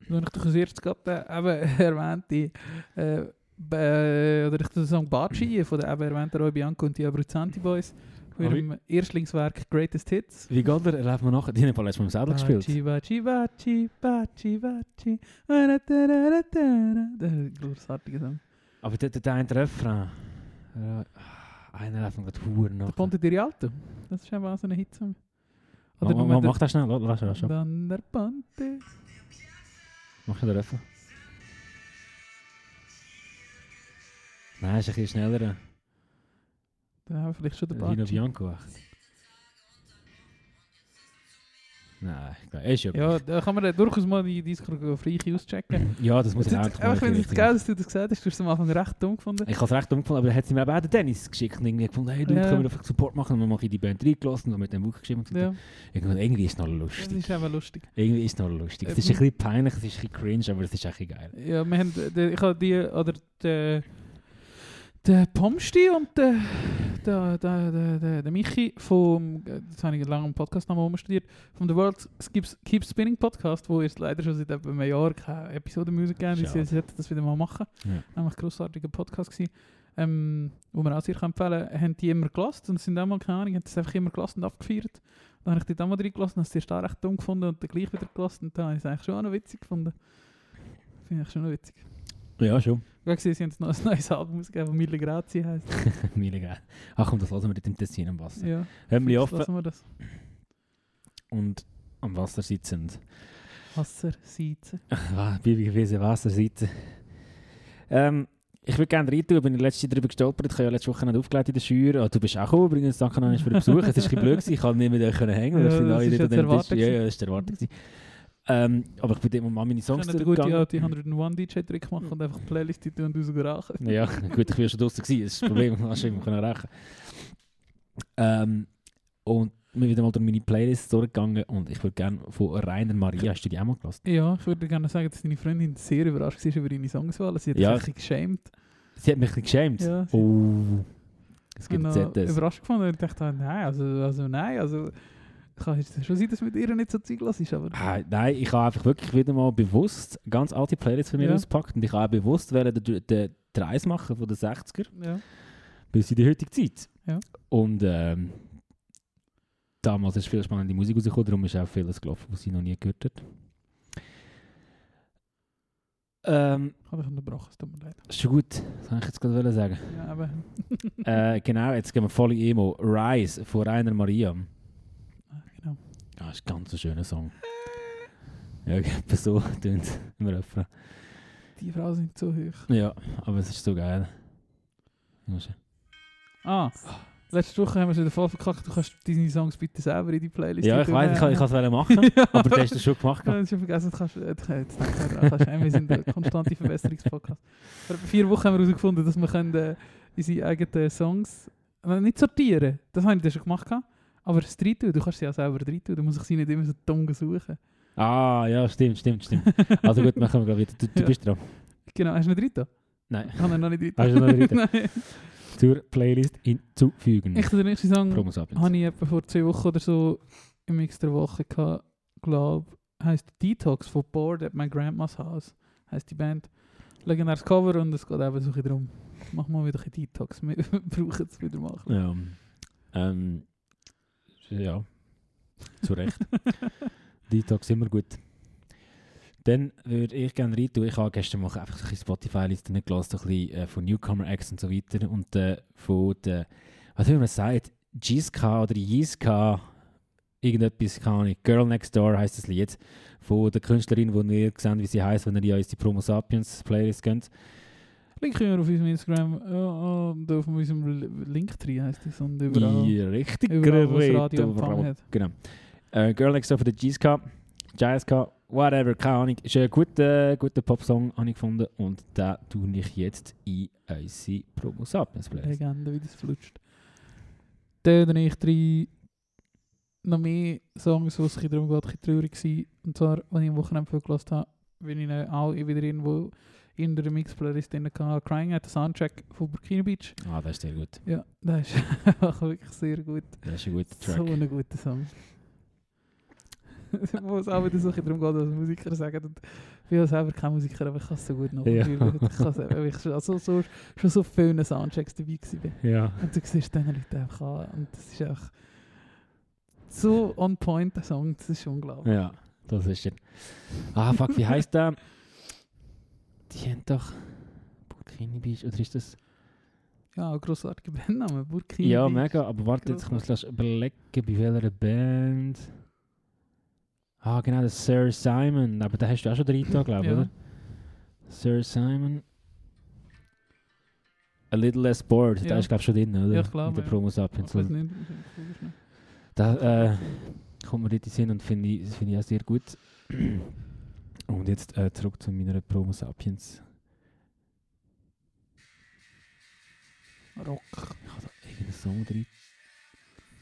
S2: Dann habe ich doch als erstes gerade den eben erwähnte, äh, B- äh, oder ich den Song Baci von der eben erwähnten Roy Bianco und die Abruzzanti Boys von
S3: Aber
S2: ihrem Erstlingswerk Greatest Hits.
S3: Wie geht der? Erlaubt man nachher. Die haben letztes Mal im Sadel gespielt.
S2: Baci, Baci, Baci, Baci, Baci, Wa-ra-ta-ra-ra-ta-ra. Das ist ein grossartiger Song.
S3: Aber der, der, der eine Refrain. Äh, einer läuft mir gerade Huren nach.
S2: Ponte di Rialto. Das ist einfach so ein Hitsong.
S3: Mach, mach,
S2: nur
S3: mach das schnell. Lass, lass, lass,
S2: der,
S3: lass.
S2: dann der Ponte.
S3: Mach schnell den Refrain. Nein, ist ein bisschen schneller.
S2: Dann haben wir vielleicht schon den
S3: Vino
S2: Baci.
S3: Bianco. ach. Nein, ich glaub- ist ja.
S2: Ja, da kann man dann durchaus mal die Diskografie auschecken.
S3: Ja, das muss ich auch
S2: Einfach
S3: noch
S2: wenn es
S3: richtig-
S2: geil dass du das gesagt hast, du hast es am Anfang recht dumm gefunden.
S3: Ich habe es recht umgefallen, aber dann hat sie mir eben auch den Dennis geschickt und irgendwie gefunden, hey, du
S2: Ja.
S3: können wir einfach Support machen. Und dann mache ich die Band reingelassen und mit dem Buch geschrieben. Und
S2: Ja,
S3: irgendwie, irgendwie ist es noch
S2: das
S3: nou lustig.
S2: ist einfach lustig.
S3: Irgendwie ist es noch lustig. Es ist ein bisschen peinlich, es ist ein bisschen cringe, aber es ist auch ein bisschen geil.
S2: Ja, wir haben, der, ich habe die, oder der, der Pomsti und der, der, der, der, der, der Michi eh, vom, das habe ich lange im Podcast nochmal umstudiert, vom The World Keeps, Keep Spinning Podcast, wo jetzt leider schon seit etwa einem Jahr keine eh, Episode Musik gegeben hat,
S3: Schade.
S2: sie hätten das wieder mal machen.
S3: Ja.
S2: Nämlich ein grossartiger Podcast gewesen. Ähm, wo man auch sehr kann empfehlen kann, haben die immer gelassen und sind auch mal, keine Ahnung, haben das einfach immer gelassen und abgefeiert. Dann habe ich die dann mal reingelassen, habe es erst auch recht dumm gefunden und dann gleich wieder gelassen und dann habe ich es eigentlich schon auch noch witzig gefunden. Finde ich schon noch witzig.
S3: Ja, schon.
S2: Ja, gesehen, sie haben jetzt noch ein neues Album ausgegeben, das Mille Grazie heisst.
S3: Mille geil. Ach komm, das lassen wir dort im Tessin am Wasser.
S2: Ja,
S3: Hören wir
S2: jetzt
S3: offen
S2: lassen wir das.
S3: und am Wasser sitzend.
S2: Wasser, Seize.
S3: Ah, Bibelgewesen, Wasserseite. Ähm, ich würde gerne reintun, ich bin letzte darüber gestolpert, ich habe ja letzte Woche nicht aufgelegt in der Schür. Ah, du bist auch gekommen, übrigens, danke noch einmal für den Besuch. es war ein bisschen blöd, gewesen, ich konnte nicht mit euch hängen, weil
S2: Ja,
S3: es sind
S2: das
S3: alle
S2: ist
S3: dort
S2: ja
S3: an
S2: zu
S3: dem
S2: erwarten
S3: Tisch. Ja, ja,
S2: gewesen.
S3: das war erwartet. gewesen. Ähm, aber ich bin dem Mal meine
S2: Können
S3: Songs
S2: den guten
S3: durchgegangen.
S2: alte 101 DJ-Trick machen
S3: Hm.
S2: und einfach Playlist in und rausgerachen.
S3: Ja, gut, ich war schon draußen, gewesen, das ist das Problem, ich konnte immer rechnen. Ähm, und bin wieder mal durch meine Playlist durchgegangen und ich würde gerne von Rainer Maria, hast du die auch mal gelassen?
S2: Ja, ich würde gerne sagen, dass deine Freundin sehr überrascht war über deine Songswahl. Sie hat sich
S3: Ja.
S2: ein bisschen geschämt.
S3: Sie hat mich ein bisschen geschämt.
S2: Ja, sie-
S3: oh, es
S2: Ich
S3: gibt
S2: habe noch
S3: ZS.
S2: überrascht gefunden und dachte, ah, nein, also, also nein, also... Es kann jetzt schon sein, dass mit ihr nicht so Zeug los ist, aber...
S3: Ah, nein, ich habe einfach wirklich wieder mal bewusst ganz alte Playlists für mich
S2: Ja.
S3: ausgepackt und ich habe auch bewusst wollen, den, den, den Reis machen von den 60er
S2: Ja.
S3: bis in die heutige Zeit.
S2: Ja.
S3: Und ähm, damals ist viel spannende Musik rausgekommen, darum ist auch vieles gelaufen, was ich noch nie gehört habe. Ähm,
S2: Ich habe dich unterbrochen, es tut mir leid.
S3: ist schon gut, das kann ich jetzt gerade wollen sagen.
S2: Ja, aber...
S3: äh, genau, jetzt gehen wir voll in Emo. Rise von Rainer Maria.
S2: Ah, genau.
S3: Ja, ist ganz ein schöner Song.
S2: Äh.
S3: Ja, etwa so tönt im Refrain.
S2: Die Frauen sind so hoch.
S3: Ja, aber es ist so geil. Muss ich-
S2: Ah, letzte Woche haben wir es wieder voll verkackt. Du kannst deine Songs bitte selber in die Playlist
S3: Ja, ich
S2: tun.
S3: weiß, ich, ich kann es machen,
S2: Ja.
S3: aber das hast du schon gemacht.
S2: Ja, das ist ja vergessen, du kannst, äh, du kannst, jetzt denke ich dran, kannst, äh, wir sind ein konstanter Verbesserungspodcast. Vor etwa vier Wochen dus haben wir herausgefunden, dass wir können, äh, unsere eigenen eh, Songs äh, nicht sortieren Das habe ich dann schon gemacht. gehabt. Aber es reintun, du kannst sie ja selber reintun, du musst ich sie nicht immer so dumm suchen.
S3: Ah, ja, stimmt, stimmt, stimmt. Also gut, machen wir gleich wieder. Du, du
S2: Ja.
S3: bist dran.
S2: Genau, hast du nicht reingetan?
S3: Nein,
S2: Ich habe ihn noch nicht
S3: Hast du noch nicht
S2: reingetan? Nein.
S3: zur Playlist hinzufügen.
S2: Ich den nächsten Song...
S3: Promosabend.
S2: habe ich etwa vor zwei Wochen oder so im Mix der Woche gehabt, glaube heißt Detox von Bored at My Grandma's House, heißt die Band. Legendäres Cover dus und es geht eben so ein bisschen darum, mach mal wieder ein bisschen Detox, wir brauchen es wieder mal.
S3: Ja. Ähm, ja, zu Recht. Detox immer gut. Dann würde ich gerne rein tun. Ich habe gestern Woche einfach so ein bisschen Spotify-Liste nicht gelassen, so ein bisschen äh, von Newcomer-Acts und so weiter. Und äh, von der, was will man sagt, GSK oder JSK, irgendetwas, keine Ahnung. Girl Next Door heisst das Lied. Von der Künstlerin, die ihr seht, wie sie heisst, wenn ihr ja unsere Promo Sapiens-Playlist könnt.
S2: Link können wir auf unserem Instagram äh, und auf unserem Linktree heisst es und überall.
S3: Ja, richtig
S2: Überall, wo das
S3: geredet,
S2: Radio Empfang
S3: überall.
S2: hat.
S3: Genau. Äh, Girl Next Door von der GSK, GSK, whatever, keine Ahnung. Ist ein guter, guter Popsong, habe ich gefunden. Und den tue ich jetzt in unsere Promos ab. Das Playlist.
S2: Legende, wie das flutscht. Dann habe ich drei noch mehr Songs, wo es ein bisschen darum geht, ein bisschen traurig waren. Und zwar, wenn ich am Wochenende viel gelassen habe, bin ich dann auch wieder irgendwo in der Mix-Playlist drin gehabt. Crying at the Soundtrack von Burkina Beach.
S3: Ah, das ist sehr gut.
S2: Ja, das ist einfach wirklich sehr gut.
S3: Das ist ein guter
S2: So
S3: Track.
S2: ein guter Song. Wo es auch wieder so ein bisschen darum geht, was Musiker sagen. Und ich bin ja selber kein Musiker, aber ich kann es so gut nachfühlen.
S3: Ja.
S2: Ich kann es eben, weil ich schon, also, so, schon so vielen Soundchecks dabei war.
S3: Ja.
S2: Und du siehst diesen Leuten einfach an. Und das ist einfach so on point, der Song. Das ist unglaublich.
S3: Ja, das ist er. Ah, fuck, wie heißt der? Die haben doch. Burkini Beach, oder ist das?
S2: Ja, ja grossartiger Bandname. Burkini.
S3: ja,
S2: Beach.
S3: mega, aber warte, jetzt, ich muss gleich überlegen, bei welcher Band. Ah, genau, das Sir Simon, Nou, aber da hast du auch schon drei Tage, glaube ich,
S2: Ja.
S3: oder? Sir Simon. A Little Less Bored, da
S2: Ja.
S3: ist, glaube ich, schon drin, oder?
S2: Ja, ich glaube,
S3: Mit der
S2: ja.
S3: Promos ab.
S2: Ich weiß nicht. ich- ich-
S3: Da äh, kommt mir dort in den Sinn und finde ich, das finde ich auch sehr gut. Und jetzt äh, zurück zu meiner Promo Sapiens.
S2: Rock.
S3: Ich habe da irgendeinen Song drin.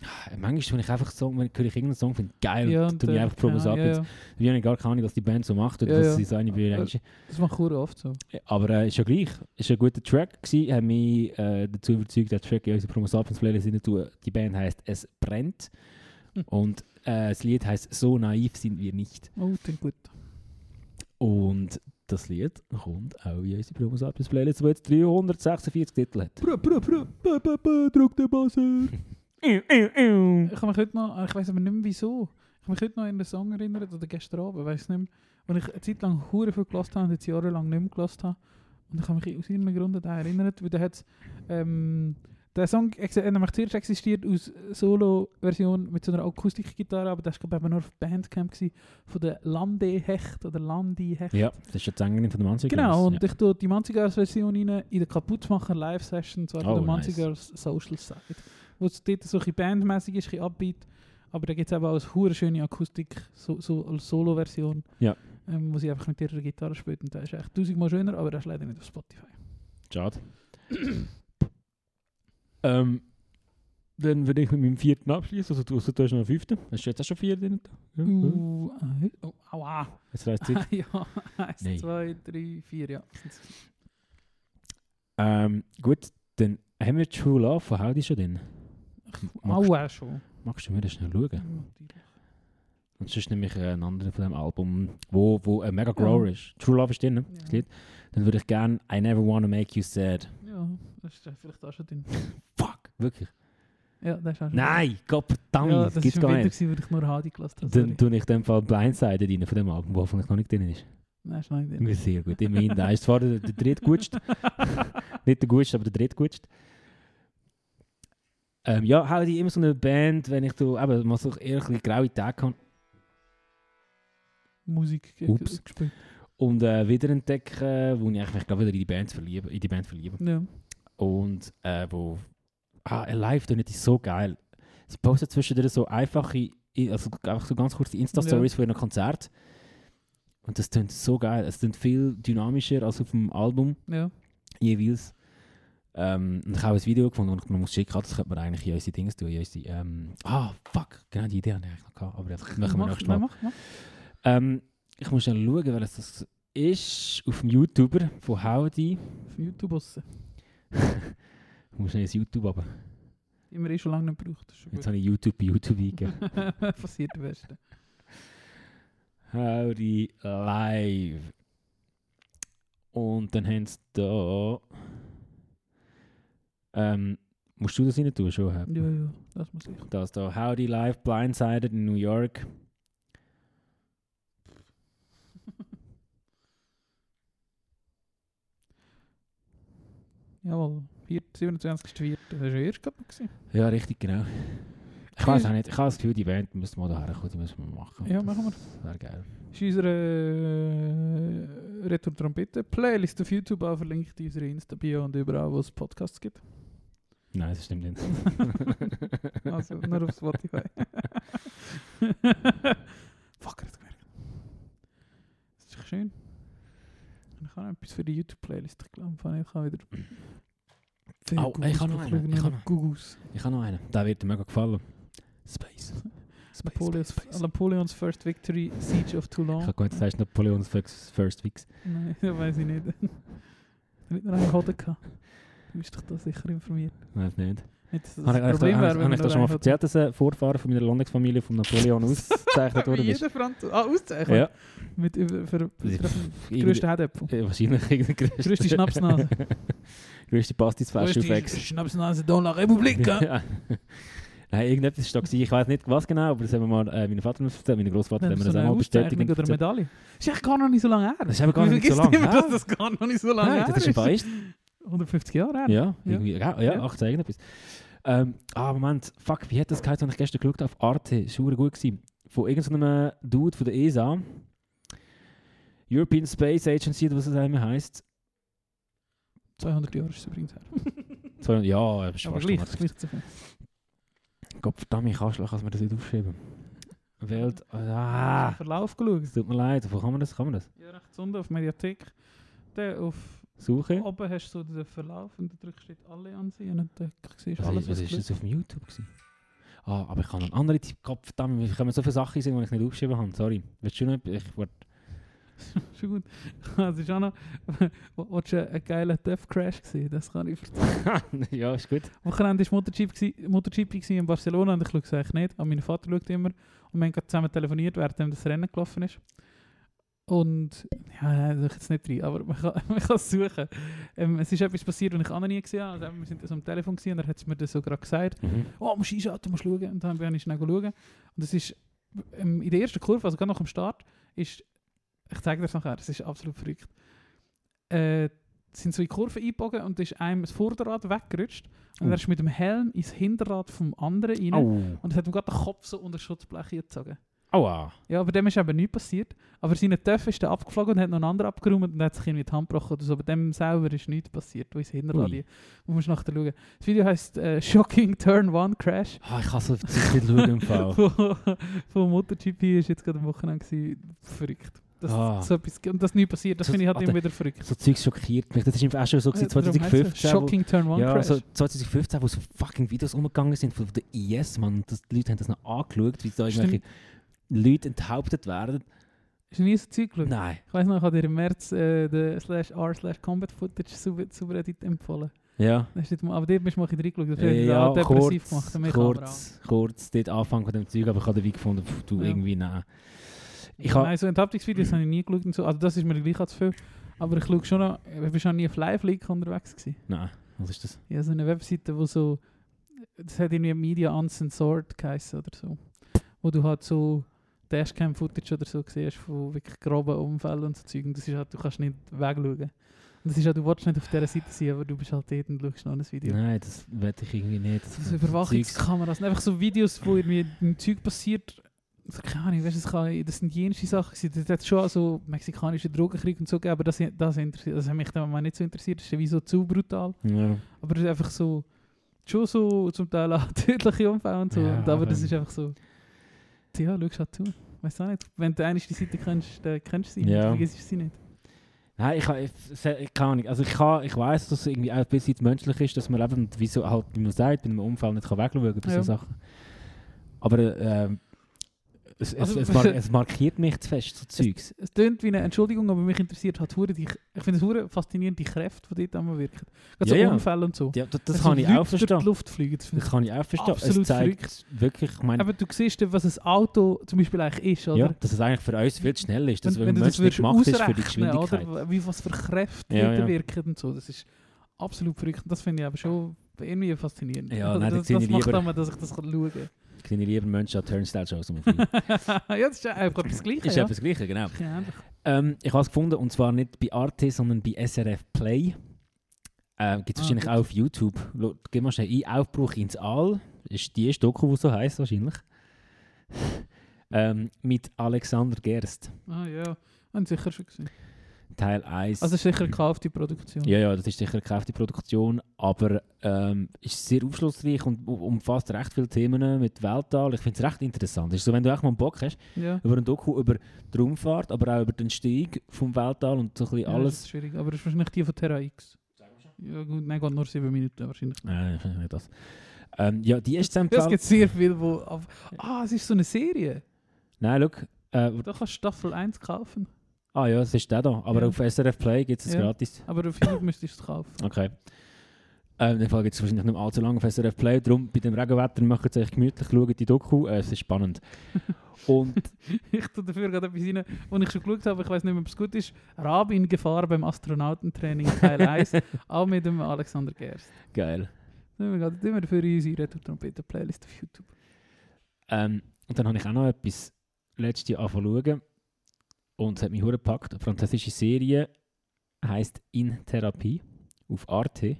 S3: Ah, Manchmal wenn ich einfach Song, wenn ich höre ich irgendeinen Song, finde ich geil
S2: Ja,
S3: und
S2: und,
S3: tu mir
S2: äh,
S3: einfach Promo
S2: keine Ahnung,
S3: Sapiens.
S2: ja, ja.
S3: Ich habe gar keine Ahnung, was die Band so macht oder
S2: Ja,
S3: was
S2: ja.
S3: sie so eine
S2: Äh,
S3: Bereiche.
S2: Das macht sehr oft so.
S3: Aber äh, ist ja gleich. Ist ein guter Track gewesen. Hat mich äh, dazu überzeugt, den Track in unsere Promo Sapiens Playlist hineinzutun. Die Band heisst Es brennt.
S2: Hm.
S3: Und äh, das Lied heisst So naiv sind wir nicht.
S2: Oh, dann gut.
S3: Und das Lied kommt auch in unsere Promos Apps Playlist, die jetzt 346 Titel hat.
S4: Brr, brr, brr, brr, brr, brr, drück den Buzzer.
S1: Hm.
S2: Ich habe mich heute noch, ich weiß aber nicht mehr wieso, ich habe mich heute noch an den Song erinnert, oder gestern Abend, ich weiß nicht mehr, wo ich eine Zeit lang hure viel gelassen habe und jetzt jahrelang nicht mehr gelassen habe. Und ich habe mich aus irgendeinem Grund an den erinnert, weil der hat, ähm, der Song ex- hat nämlich zuerst existiert aus Solo-Version mit so einer Akustikgitarre, aber das war glaube ich eben nur auf Bandcamp gewesen, von der Lande Hecht oder Landi Hecht.
S3: Ja, das ist ja die Sängerin von der Manzig.
S2: Genau, und
S3: ja.
S2: ich tue die Manzi Girls Version rein in der Kaputtmacher Live Session, zwar
S3: Oh,
S2: von der Manzi
S3: nice.
S2: Girls Social Side. Wo es dort so ein bisschen bandmäßig ist, ein bisschen Upbeat, aber da gibt es eben auch eine hure schöne Akustik, so, so als Solo-Version,
S3: Ja.
S2: ähm, wo sie einfach mit ihrer Gitarre spielt und der ist echt tausendmal schöner, aber der ist leider nicht auf Spotify.
S3: Schade. ähm, dann würde ich mit meinem vierten abschließen. Also, du, also, du hast noch einen fünften. Hast du jetzt auch schon vier drin? Ja, ja.
S2: Uh, äh, oh, aua!
S3: Jetzt reicht es.
S2: ja, eins,
S3: Nein.
S2: zwei, drei, vier, ja.
S3: ähm, gut, dann haben wir True Love von Howdy schon drin. Magst,
S2: Aua schon.
S3: magst du mir das schnell schauen? Und sonst nehme ich äh, einen anderen von dem Album, wo, wo ein mega Grower ist. True Love ist drin, ne? das
S2: Ja.
S3: Lied. Dann würde ich gerne I Never Wanna Make You Sad.
S2: Ja, das ist vielleicht auch schon drin.
S3: Fuck! Wirklich?
S2: Ja, das ist auch schon
S3: Nein! Gottverdammt!
S2: Ja,
S3: das
S2: das
S3: gibt's
S2: ist
S3: gar
S2: im Winter,
S3: nicht.
S2: gewesen, wo ich nur Hadi gelassen habe.
S3: Dann
S2: sorry.
S3: tue ich in dem Fall Blindsided rein von dem Album, wo hoffentlich noch nicht drin ist.
S2: Nein, ist noch nicht drin.
S3: Ja. Sehr gut, immerhin. Nein, ist zwar der, der drittgutste. nicht der gutste, aber der drittgutste. Ähm, ja, Howdy, immer so eine Band, wenn ich so, eben, mal so eher ein bisschen graue Tage habe.
S2: Musik ge-
S3: Ups.
S2: gespielt.
S3: Und äh, wiederentdecken, wo ich eigentlich mich gerade wieder in die Band verliebe. In die Band verliebe.
S2: Ja.
S3: Und äh, wo. Ah, Alive tun die so geil. Sie postet zwischendurch so einfache, also einfach so ganz kurze Insta-Stories von ihrem Konzert. Und das tönt so geil. Es tönt viel dynamischer als auf dem Album
S2: ja.
S3: jeweils. Ähm, und ich habe ein Video gefunden und man muss schicken, ah, das könnte man eigentlich in unsere Dings tun. In unsere, ähm, ah, fuck, genau die Idee hatte ich eigentlich noch gehabt, aber das machen wir
S2: mach,
S3: nächstes Mal.
S2: nein, mach, mach.
S3: Ähm, ich muss dann schauen, welches das ist. Auf dem YouTuber von Howdy.
S2: Auf YouTube eh, bossen.
S3: Ich muss schnell ins YouTube aber
S2: Immer eh schon lange nicht gebraucht. Das ist schon
S3: Jetzt
S2: gut.
S3: habe ich YouTube bei YouTube eingegeben.
S2: Passiert am besten.
S3: Howdy Live. Und dann haben sie da. Ähm, musst du das rein tun? Schon, hä?
S2: Ja, ja, das muss ich.
S3: Das da. Howdy Live Blindsided in New York.
S2: Jawohl. 27.04. Das war ja erst gerade noch. gewesen. eh,
S3: Ja, richtig, genau. Ich weiß auch nicht. Ich habe das Gefühl, die Band müssen wir da herkommen, die müssen wir machen.
S2: Ja, machen wir.
S3: Das wäre geil.
S2: ist unsere äh, Retour Trompete Playlist auf YouTube auch verlinkt, in unserer Insta-Bio und überall, wo es Podcasts gibt.
S3: Nein, das stimmt nicht.
S2: Also nur auf Spotify. Fuck, hat gemerkt. Das ist doch schön. Und Ich habe noch etwas für die YouTube-Playlist. Ich glaube, ich kann wieder.
S3: Au, ich habe noch einen, ich habe noch einen.
S2: Gugus.
S3: Ich habe noch einen. Der wird dir mega gefallen. Space.
S2: Napoleon's, Napoleon's First Victory, Siege of
S3: Ich
S2: Toulon.
S3: habe gehört, das heißt Napoleon's First First Weeks.
S2: Nein, das weiß ich nicht. Nicht nur einen Hoden gehabt. Du bist doch da sicher informiert.
S3: Nein, nicht.
S2: Nicht, dass das
S3: Habe
S2: ein
S3: ich, habe ich,
S2: Problem wäre,
S3: habe ich,
S2: wenn
S3: habe ich das schon mal erzählt, dass ein Vorfahren von meiner Landungsfamilie von Napoleon ausgezeichnet worden ist?
S2: Jeder Franzose. Ah, auszeichnen.
S3: Ja.
S2: Mit über, für, für
S3: Irgendwie-
S2: größten Hedäpfel.
S3: Ja, Wahrscheinlich irgendein grösste.
S2: Größte Schnapsnase.
S3: grösste Pastisfest auf Ex.
S2: Schnapsnase de la Republika.
S3: Ja. Nein, irgendetwas ist da gewesen. Ich weiß nicht was genau, aber das haben wir mal äh, meinem Vater erzählt. Mein Großvater hat mir das auch mal bestätigt. und
S2: oder
S3: erzählt.
S2: Medaille. Das ist echt gar noch nicht so lange her.
S3: Das ist eben gar
S2: Man
S3: nicht so
S2: vergisst
S3: lange
S2: immer,
S3: her.
S2: dass das gar noch nicht so lange
S3: Nein,
S2: her
S3: das ist ein Feist.
S2: 150 Jahre her.
S3: Ja, irgendwie, ja, ja,
S2: Ja.
S3: 18 irgendetwas. Ähm, ah, Moment, fuck, wie hat das geheißen, als ich gestern geschaut habe? Auf Arte, ist verdammt gut gewesen. Von irgendeinem Dude von der ESA. European Space Agency, oder was das immer heisst.
S2: 200 Jahre ist es übrigens her.
S3: So, ja, das ist
S2: Aber
S3: fast
S2: gleich,
S3: gemacht.
S2: gleich zu viel.
S3: Gott verdammt, ich kann schlecht, als wir das nicht aufschreiben. Welt, ah,
S2: Verlauf geschaut.
S3: es tut mir leid, wo kann man das, kann man das?
S2: Ja, rechts unten auf Mediathek. Dann auf
S3: Suche?
S2: oben hast du so den Verlauf und da drückst steht alle ansehen und dann siehst du
S3: Was,
S2: eh, alles,
S3: ist- was
S2: was
S3: ist
S2: gelöst
S3: Also, das auf dem YouTube gewesen? Ah, aber ich kann einen anderen Tipp, Gott verdammt, wir können so viele Sachen sehen, die ich nicht aufgeschrieben habe, sorry. Willst du noch, etwas? ich wollte
S2: Schon gut. Es ist auch noch. Wolltest du einen geilen Death Crash gesehen? Das kann ich erzählen.
S3: ja, ist gut.
S2: Am Wochenende war MotoGP, MotoGP gewesen in Barcelona und ich schaue es eigentlich nicht. Aber mein Vater schaut immer. Und wir haben gerade zusammen telefoniert, während das dus Rennen gelaufen ist. Und ja, nein, da schaue ich jetzt nicht rein, aber man kann, man kann es suchen. Ähm, es ist etwas passiert, was ich auch noch nie gesehen habe. Also, wir sind so am Telefon gewesen, und er hat es mir das so gerade gesagt. oh, musst einschalten, musst schauen. Und dann bin ich schnell schauen. Und es ist ähm, in der ersten Kurve, also gerade nach dem Start, ist, ich zeige dir das nachher, es ist absolut verrückt. Äh, sind so in die Kurve eingebogen und da ist einem das Vorderrad weggerutscht und
S3: Oh.
S2: er ist mit dem Helm ins Hinterrad vom anderen rein
S3: Au.
S2: und hat ihm gerade den Kopf so unter das Schutzblech gezogen.
S3: Aua.
S2: Ja, aber dem ist eben nichts passiert. Aber seine Töpfe ist dann abgeflogen und hat noch einen anderen abgeräumt und hat sich irgendwie die Hand gebrochen oder so. Aber dem selber ist nichts passiert, wo ist Hinterrad.
S3: Ui.
S2: Man muss nachher schauen. Das Video heisst äh, Shocking Turn One Crash.
S3: Ah, ich kann so auf die Zeit nicht schauen im Fall.
S2: Von, von MotoGP war jetzt gerade am Wochenende gewesen. verrückt. Dass
S3: Ah.
S2: so etwas, und das nie passiert, das
S3: So-
S2: finde ich halt
S3: warte.
S2: immer wieder verrückt.
S3: So Zeug schockiert mich. Das ist im Fall auch schon so gewesen,
S2: Darum heisst
S3: 2015.
S2: es Shocking Turn
S3: Wo,
S2: One
S3: ja, also-
S2: Crash.
S3: so 2015, wo so fucking Videos umgegangen sind von der IS, Mann. Das, die Leute haben das noch angeschaut, wie da irgendwelche Leute enthauptet werden.
S2: Hast du nie so Zeug geschaut?
S3: Nein.
S2: Ich weiss noch, ich habe dir im März äh, den slash r slash combat footage Sub- Subreddit empfohlen.
S3: Ja.
S2: Da hast du nicht mal- Aber dort bist du mal ein bisschen reingeschaut, das hat
S3: Äh,
S2: dich
S3: ja,
S2: auch depressiv
S3: kurz,
S2: gemacht.
S3: kurz, kurz, dort Anfang von dem Zeug, aber ich habe dabei gefunden, pff, du
S2: Ja.
S3: irgendwie, nein. Ich
S2: Ich
S3: habe,
S2: Nein, so Enthauptungsvideos habe ich nie geschaut und so. Also das ist mir gleich auch zu viel. Aber ich schaue schon noch, ich bin schon nie auf Live-League unterwegs gewesen.
S3: nein, was ist das?
S2: Ja, so eine Webseite, wo so. Das hat irgendwie Media Uncensored geheißen oder so. Wo du halt so Dashcam-Footage oder so siehst von wirklich groben Unfällen und so Zeug. Und das ist halt, du kannst nicht wegschauen. Und das ist halt, du willst nicht auf dieser Seite sein, aber du bist halt dort und schaust noch ein Video.
S3: Nein, das wette ich irgendwie nicht. Das
S2: So Überwachungskameras, einfach so Videos, wo irgendwie ein Zeug passiert. Also, keine Ahnung, weißt, du, das, kann, das sind jenische Sachen. gewesen. Das hat schon also mexikanischen Drogenkrieg und so gegeben, aber das, das, interessiert, das hat mich dann mal nicht so interessiert. Das ist ja wie so zu brutal.
S3: Ja.
S2: Aber das ist einfach so, schon so zum Teil auch tödliche Unfälle und so.
S3: Ja,
S2: und, aber das
S3: eben.
S2: ist einfach so, ja, schau halt zu. Weißt du auch nicht, wenn du einmal die Seite kennst, dann kennst du sie,
S3: Ja.
S2: dann vergisst du sie nicht.
S3: Nein, ich, ich, ich kann nicht. Also ich, kann, ich weiß, dass es irgendwie auch ein bisschen menschlich ist, dass man eben, wie, so, halt, wie man sagt, bei einem Unfall nicht kann wegschauen kann.
S2: Ja.
S3: so Sachen. Aber ähm, es, es,
S2: Also-
S3: es, mar es markiert mich zu fest, so Zeugs.
S2: Es tönt wie eine Entschuldigung, aber mich interessiert halt hure die, ich finde es hure faszinierend, die Kräfte, die dort einmal wirken. Gerade so
S3: Ja, ja.
S2: Unfälle und so.
S3: Ja, das, das
S2: Wenn so
S3: kann ich
S2: Also Leute
S3: auch
S2: durch die
S3: verstehen.
S2: Luft fliegen. Das finde
S3: Das
S2: ich-
S3: kann ich auch verstehen.
S2: absolut
S3: Es zeigt wirklich, ich meine,
S2: Aber du siehst, dann, was ein Auto zum Beispiel eigentlich ist, oder?
S3: ja, dass es eigentlich für uns viel zu schnell ist.
S2: wenn,
S3: Dass
S2: wenn
S3: wenn,
S2: du
S3: ein
S2: das würdest
S3: Mensch nicht gemacht ist für die
S2: ausrechnen,
S3: Geschwindigkeit.
S2: Oder? Wie was für Kräfte
S3: Ja,
S2: ja,
S3: ja.
S2: wirken und so. Das ist absolut verrückt. Und Das finde ich aber schon irgendwie faszinierend.
S3: Ja,
S2: Also
S3: nein,
S2: das
S3: da sehe
S2: das
S3: ich
S2: macht
S3: lieber-
S2: einmal, dass ich das kann schauen kann.
S3: Ich sehe lieber Menschen an Turnstile-Shows rumfliegen.
S2: ja, das ist ja einfach das Gleiche.
S3: ist
S2: ja.
S3: ja das Gleiche, genau.
S2: Ja, ähnlich.
S3: Ähm, ich habe es gefunden und zwar nicht bei Arte, sondern bei SRF Play. Ähm, Gibt
S2: Ah,
S3: es wahrscheinlich
S2: gut.
S3: auch auf YouTube. Lo- Gib mal schnell ein Aufbruch ins All. ist die ist Doku, die so heisst wahrscheinlich. ähm, mit Alexander Gerst,
S2: Ah ja, haben sie sicher schon gesehen.
S3: Teil 1.
S2: Also es ist sicher eine gekaufte Produktion.
S3: ja, ja, das ist sicher eine kräftige Produktion, aber ähm, ist sehr aufschlussreich und um- umfasst recht viele Themen mit Weltall. Ich finde es recht interessant. Ist so, wenn du echt mal Bock hast,
S2: ja.
S3: über ein Doku über die Raumfahrt, aber auch über den Stieg vom Weltall und so ein bisschen
S2: Ja, Das
S3: alles.
S2: ist schwierig, aber es ist wahrscheinlich die von Terra X. Ja gut, nein, geht nur 7 Minuten wahrscheinlich.
S3: Nein, ich finde nicht das. Ähm, ja, die ist zu
S2: Ja, es
S3: empfehlen.
S2: gibt sehr viel, wo... Auf ah, es ist so eine Serie.
S3: Nein, schau. Äh,
S2: Da kannst du Staffel 1 kaufen.
S3: ah ja, es ist der da, aber
S2: Ja.
S3: auf SRF Play gibt es es
S2: Ja.
S3: gratis.
S2: Aber auf YouTube müsstest du es kaufen.
S3: Okay. Ähm, in dem Fall gibt es wahrscheinlich nicht mehr allzu lange auf SRF Play, darum bei dem Regenwetter macht es euch gemütlich, schaut die Doku, äh, es ist spannend. Und
S2: Ich tue dafür gerade etwas rein, wo ich schon geschaut habe, ich weiß nicht mehr, ob es gut ist. Rabi in Gefahr beim Astronautentraining Teil 1, auch mit dem Alexander Gerst.
S3: geil.
S2: Nehmen wir gerade immer für unsere Retro-Trompeten-Playlist auf YouTube.
S3: Ähm, und dann habe ich auch noch etwas letztes Jahr angefangen zu schauen und es hat mich hure gepackt. Eine französische Serie heißt In Therapie auf Arte.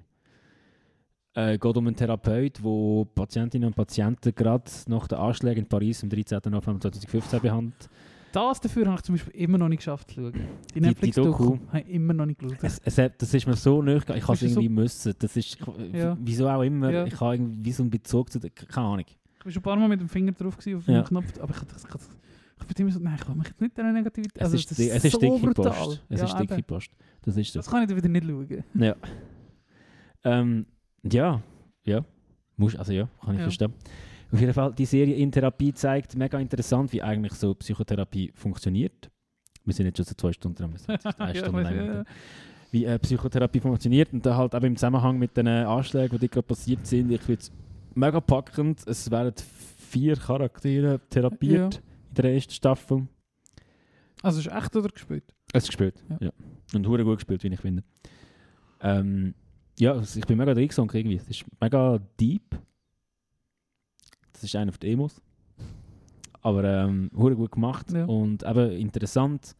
S3: Äh, geht um einen Therapeut, der Patientinnen und Patienten gerade nach den Anschlägen in Paris am 13. November 2015 behandelt.
S2: Das dafür habe ich zum Beispiel immer noch nicht geschafft zu schauen. Die
S3: die
S2: Netflix-Doku
S3: Doku.
S2: habe ich immer noch nicht geschaut.
S3: Es, es hat, das ist mir so nöch, ich habe es
S2: Ist es
S3: irgendwie müssen. Das ist, ich,
S2: Ja.
S3: wieso auch immer,
S2: Ja.
S3: ich habe irgendwie so einen Bezug zu der, keine Ahnung.
S2: Ich war schon ein paar Mal mit dem Finger drauf gewesen, auf
S3: Ja.
S2: dem Knopf, aber ich, ich, ich, ich bin immer so, nein, ich will mich jetzt nicht an Negativität.
S3: Es
S2: Also,
S3: ist,
S2: das
S3: di-
S2: ist,
S3: es ist
S2: so
S3: dicke
S2: brutal.
S3: Post. Es
S2: ja,
S3: ist dicke
S2: eben.
S3: Post. Das ist so.
S2: Das kann ich dann wieder nicht schauen.
S3: Ähm, ja, ja. Muss, also ja, kann ich
S2: Ja.
S3: verstehen. Auf jeden Fall, die Serie In Therapie zeigt mega interessant, wie eigentlich so Psychotherapie funktioniert. Wir sind jetzt schon so zwei Stunden dran, wir sind jetzt eine
S2: Ja,
S3: Stunde
S2: weiss ich,
S3: lang.
S2: ja.
S3: Wie äh, Psychotherapie funktioniert und dann halt eben im Zusammenhang mit den äh, Anschlägen, die gerade passiert sind. Ich finde es mega packend. Es werden vier Charaktere therapiert in der ersten Staffel.
S2: Also, es ist echt oder gespielt?
S3: Es ist gespielt, ja.
S2: Ja.
S3: Und hure gut gespielt, wie ich finde. Ähm, ja, also ich bin mega reingesunken irgendwie. Es ist mega deep. Das ist einer von den Emos. Aber ähm, hure gut gemacht
S2: Ja.
S3: und eben interessant.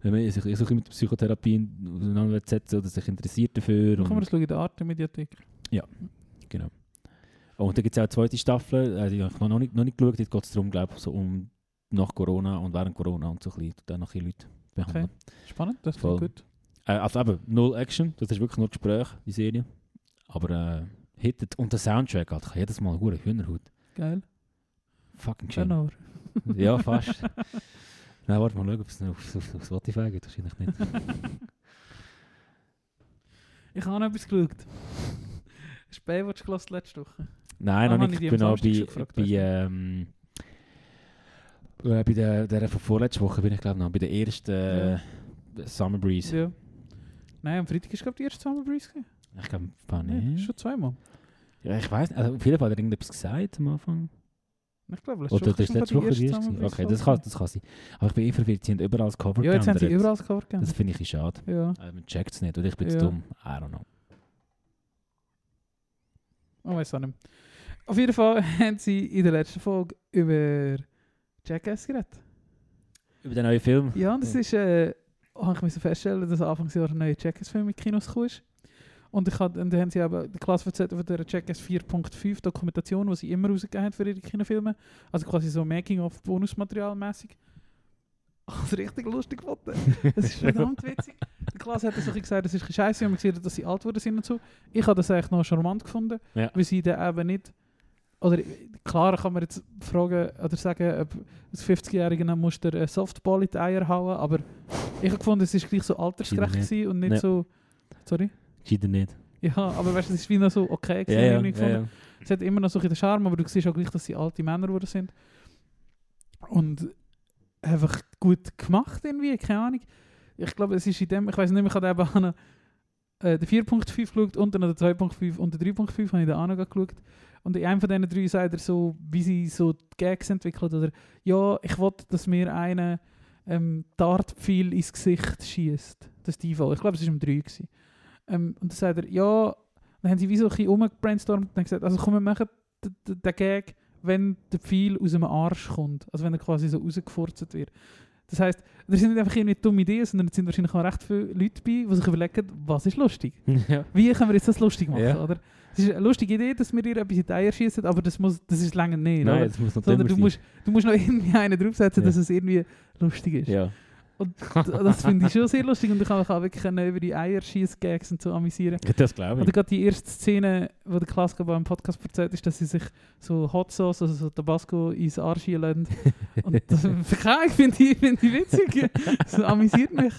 S3: Wenn man sich so ein bisschen mit der Psychotherapie auseinandersetzt oder sich interessiert dafür.
S2: Dann kann
S3: Und,
S2: man das schauen in der Arte-Mediathek.
S3: oh, und dann gibt es auch eine zweite Staffel, äh, die habe ich noch nicht, noch nicht geschaut. Dort geht es darum, glaube ich, so um nach Corona und während Corona und so ein bisschen, dann noch ein bisschen Leute behandeln.
S2: Spannend, das
S3: Voll.
S2: klingt gut.
S3: Äh, also eben, null Action, das ist wirklich nur Gespräch, die Serie. Aber äh, hittet. Und der Soundtrack, Alter, ich habe jedes Mal eine hohe Hühnerhaut.
S2: Geil.
S3: Fucking schön.
S2: Genau.
S3: Ja, Nou, fast. Nein, warte mal, schauen, ob es noch auf, auf, auf Spotify geht. Wahrscheinlich nicht.
S2: Ich habe noch etwas geschaut. Hast du Baywatch gelassen letzte Woche?
S3: Nein,
S2: Ah,
S3: noch
S2: habe ich
S3: nicht.
S2: die
S3: Ich
S2: am
S3: bin noch
S2: Samstag schon
S3: bei,
S2: gefragt,
S3: bei,
S2: weißt du?
S3: ähm, äh, bei der, der von vorletzter Woche, bin ich glaube noch, bei der ersten äh, Summer Breeze.
S2: Ja. Nein, am Freitag ist glaube ich die erste Summer Breeze. gewesen.
S3: Ich glaube, war
S2: Nein,
S3: nicht.
S2: schon zweimal.
S3: Ja, eh, ich weiß nicht, also auf jeden Fall hat er irgendetwas gesagt am Anfang.
S2: Ich glaube, letzte
S3: Oder
S2: Woche
S3: das
S2: ist
S3: war letzte
S2: sogar
S3: Woche die erste.
S2: Summer
S3: gewesen?
S2: Breeze
S3: Okay, das kann,
S2: Folge.
S3: das kann sein. Aber ich bin eh verwirrt, sie haben überall das Cover
S2: Ja, jetzt haben sie
S3: geändert.
S2: überall das Cover
S3: Das
S2: geändert.
S3: finde ich ein schade.
S2: Ja.
S3: Also, man checkt es nicht, oder ich bin zu
S2: Ja.
S3: dumm. I don't know.
S2: Oh, weiß auch nicht. mehr. Auf jeden Fall haben sie in der letzten Folge über Jackass geredet.
S3: Über den neuen Film.
S2: Ja, und das ist, äh, habe ich müssen feststellen, dass Anfangsjahr ein neuer Jackass-Film in die Kinos gekommen ist. Und, ich hab, und dann haben sie eben die Klasse erzählt von der Jackass 4.5 Dokumentation, die sie immer rausgegeben haben für ihre Kinofilme. Also quasi so Making-of-Bonusmaterial mäßig. Ich habe es richtig lustig gefunden. Es ist verdammt witzig. Die Klasse hat das so ein bisschen gesagt, das ist scheiße, und man sieht, dass sie alt geworden sind und so. Ich habe das eigentlich noch charmant gefunden,
S3: Ja.
S2: weil sie dann eben nicht... Oder klar kann man jetzt fragen oder sagen, ob als 50-Jährige dann musst du dir einen äh, Softball in die Eier hauen, aber ich habe gefunden, es ist gleich so altersgerecht
S3: Schieder nicht.
S2: gewesen und nicht
S3: Ja.
S2: so... Sorry?
S3: Gescheiter nicht.
S2: Ja, aber weißt du, es ist wie noch so okay gewesen, habe ich gefunden. Es hat immer noch so ein bisschen den Charme, aber du siehst auch gleich, dass sie alte Männer geworden sind. Und einfach gut gemacht irgendwie, keine Ahnung. Ich glaube, es ist in dem, ich weiß nicht, mehr, ich habe eben an äh, den 4.5 geschaut und dann an den 2.5 und den 3.5 habe ich den auch noch geschaut. Und in einem von diesen drei sagt er so, wie sie so die Gags entwickelt oder ja, ich wollte, dass mir einer ähm, Dartpfeil ins Gesicht schießt. Das ist die Fall. Ich glaube, es war im 3. gewesen. Ähm, und dann sagt er, ja, dann haben sie wie so ein bisschen rumgebrainstormt und dann gesagt, also komm, wir machen d- d- den Gag, wenn der Pfeil aus dem Arsch kommt. Also wenn er quasi so rausgefurzt wird. Das heisst, da sind nicht einfach irgendwie dumme Ideen, sondern es sind wahrscheinlich auch recht viele Leute bei, die sich überlegen, was ist lustig?
S3: Ja.
S2: Wie können wir jetzt das lustig machen,
S3: Ja.
S2: oder? Es ist eine lustige Idee, dass wir dir etwas in die Eier schießen, aber das, muss, das ist lange nicht.
S3: Nein,
S2: oder?
S3: das muss noch
S2: Sondern
S3: dümmer
S2: du
S3: sein.
S2: musst, du musst noch irgendwie einen draufsetzen,
S3: Ja.
S2: dass es irgendwie lustig ist.
S3: Ja.
S2: Das finde ich schon sehr lustig und ich kann mich auch wirklich können über die Eierschieß-Gags und so amüsieren.
S3: Das glaube
S2: Oder gerade die erste Szene, die der Klassiker beim Podcast erzählt, ist, dass sie sich so Hot Sauce, also so Tabasco, ins Arsch lassen. Und das keine Ahnung, ich finde die, find die witzig. Das amüsiert mich.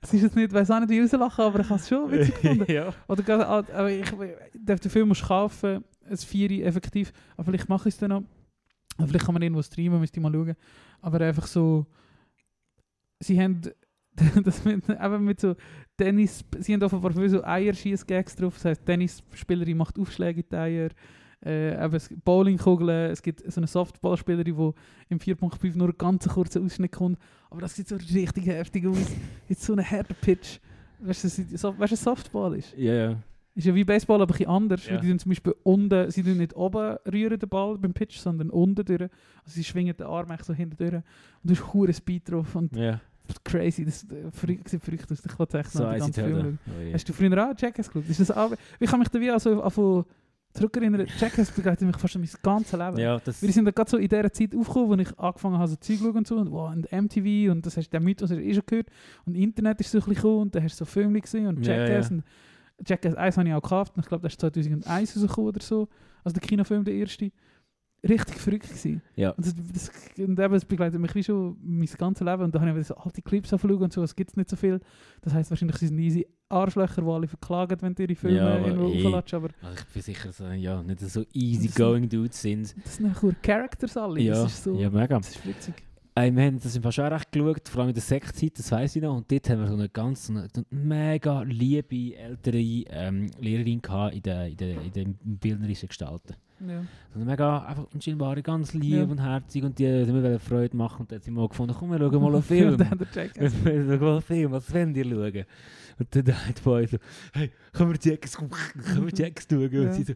S2: Es ist jetzt nicht, weiß auch nicht, wie ich rauslachen, aber ich habe es schon witzig gefunden.
S3: ja.
S2: Oder gerade, ah, aber ich, ich darf den Film musst kaufen, es Vieri effektiv. Aber vielleicht mache ich es dann noch. Oder vielleicht kann man irgendwo streamen, müsste ich mal schauen. Aber einfach so. Sie haben das mit, eben mit so Tennis. Sie haben offenbar viel so Eierschieß-Gags drauf. Das heißt, Tennisspielerin macht Aufschläge in die Eier. Äh, eben es gibt Bowlingkugeln, es gibt so eine Softballspielerin, die im 4.5 nur einen ganz kurzen Ausschnitt kommt. Aber das sieht so richtig heftig aus. Jetzt so ein harter Pitch. Weißt du, es ist- so- weißt du, was Softball ist?
S3: Ja, ja.
S2: Ist ja wie Baseball, aber ein bisschen anders.
S3: Ja.
S2: Weil die tun zum Beispiel unten, sie tun nicht oben rühren den Ball beim Pitch, sondern unten durch. Also sie schwingen den Arm echt so hinten durch. Und du hast hure Speed drauf und
S3: ja.
S2: crazy. Das äh, frü- sieht verrückt aus. Ich wollte echt
S3: So
S2: noch den
S3: eins in die
S2: ganzen Film schauen.
S3: Hölle. Oh, je.
S2: Hast du früher auch Jackass geschaut? Ist das auch, ich kann mich da wie also auf zurückerinnern. Jackass begleitet mich fast mein ganzes Leben.
S3: Ja, das...
S2: Wir sind da gerade so in dieser Zeit aufgekommen, wo ich angefangen habe, so Zeug zu schauen und so. Und, wow, und MTV und das hast du den Mythos hast du eh schon gehört. Und Internet ist so ein bisschen gekommen und dann hast du so Filme gesehen und
S3: Ja,
S2: Jackass.
S3: ja.
S2: Und Jackass 1 habe ich auch gekauft und ich glaube, das ist 2001 rausgekommen oder so. Also der Kinofilm, der erste. Richtig verrückt gewesen.
S3: Ja.
S2: Und, das, das, und eben, das begleitet mich wie schon mein ganzes Leben. Und da habe ich wieder so alte Clips angeschaut und so, es gibt nicht so viel. Das heisst, wahrscheinlich sind easy Arschlöcher, die alle verklagen, wenn du ihre Filme
S3: Ja, aber
S2: irgendwo
S3: eh.
S2: auflatschen. Aber
S3: Also ich bin sicher, so, ja, nicht so easygoing Dudes sind.
S2: das sind nur Characters alle.
S3: Ja,
S2: Das ist so...
S3: ja, mega.
S2: Das ist witzig.
S3: Ey, wir haben das im Fall schon recht geschaut, vor allem in der Sektzeit, das weiss ich noch. Und dort haben wir so eine ganz so eine, so eine mega liebe ältere ähm, Lehrerin gehabt in der, in der, in den bildnerischen Gestalten.
S2: Ja.
S3: So eine mega einfach unscheinbare, ganz lieb
S2: Ja.
S3: und herzig und die hat immer wollte Freude machen. Und dann hat sie mal gefunden, komm, wir schauen mal einen Film.
S2: Ja, der Jackass.
S3: Wir schauen mal einen Film, was wollen ihr schauen? Und dann hat die Boy so, hey, können wir Jacks, komm, können wir Jacks schauen?
S2: Ja.
S3: Und sie so,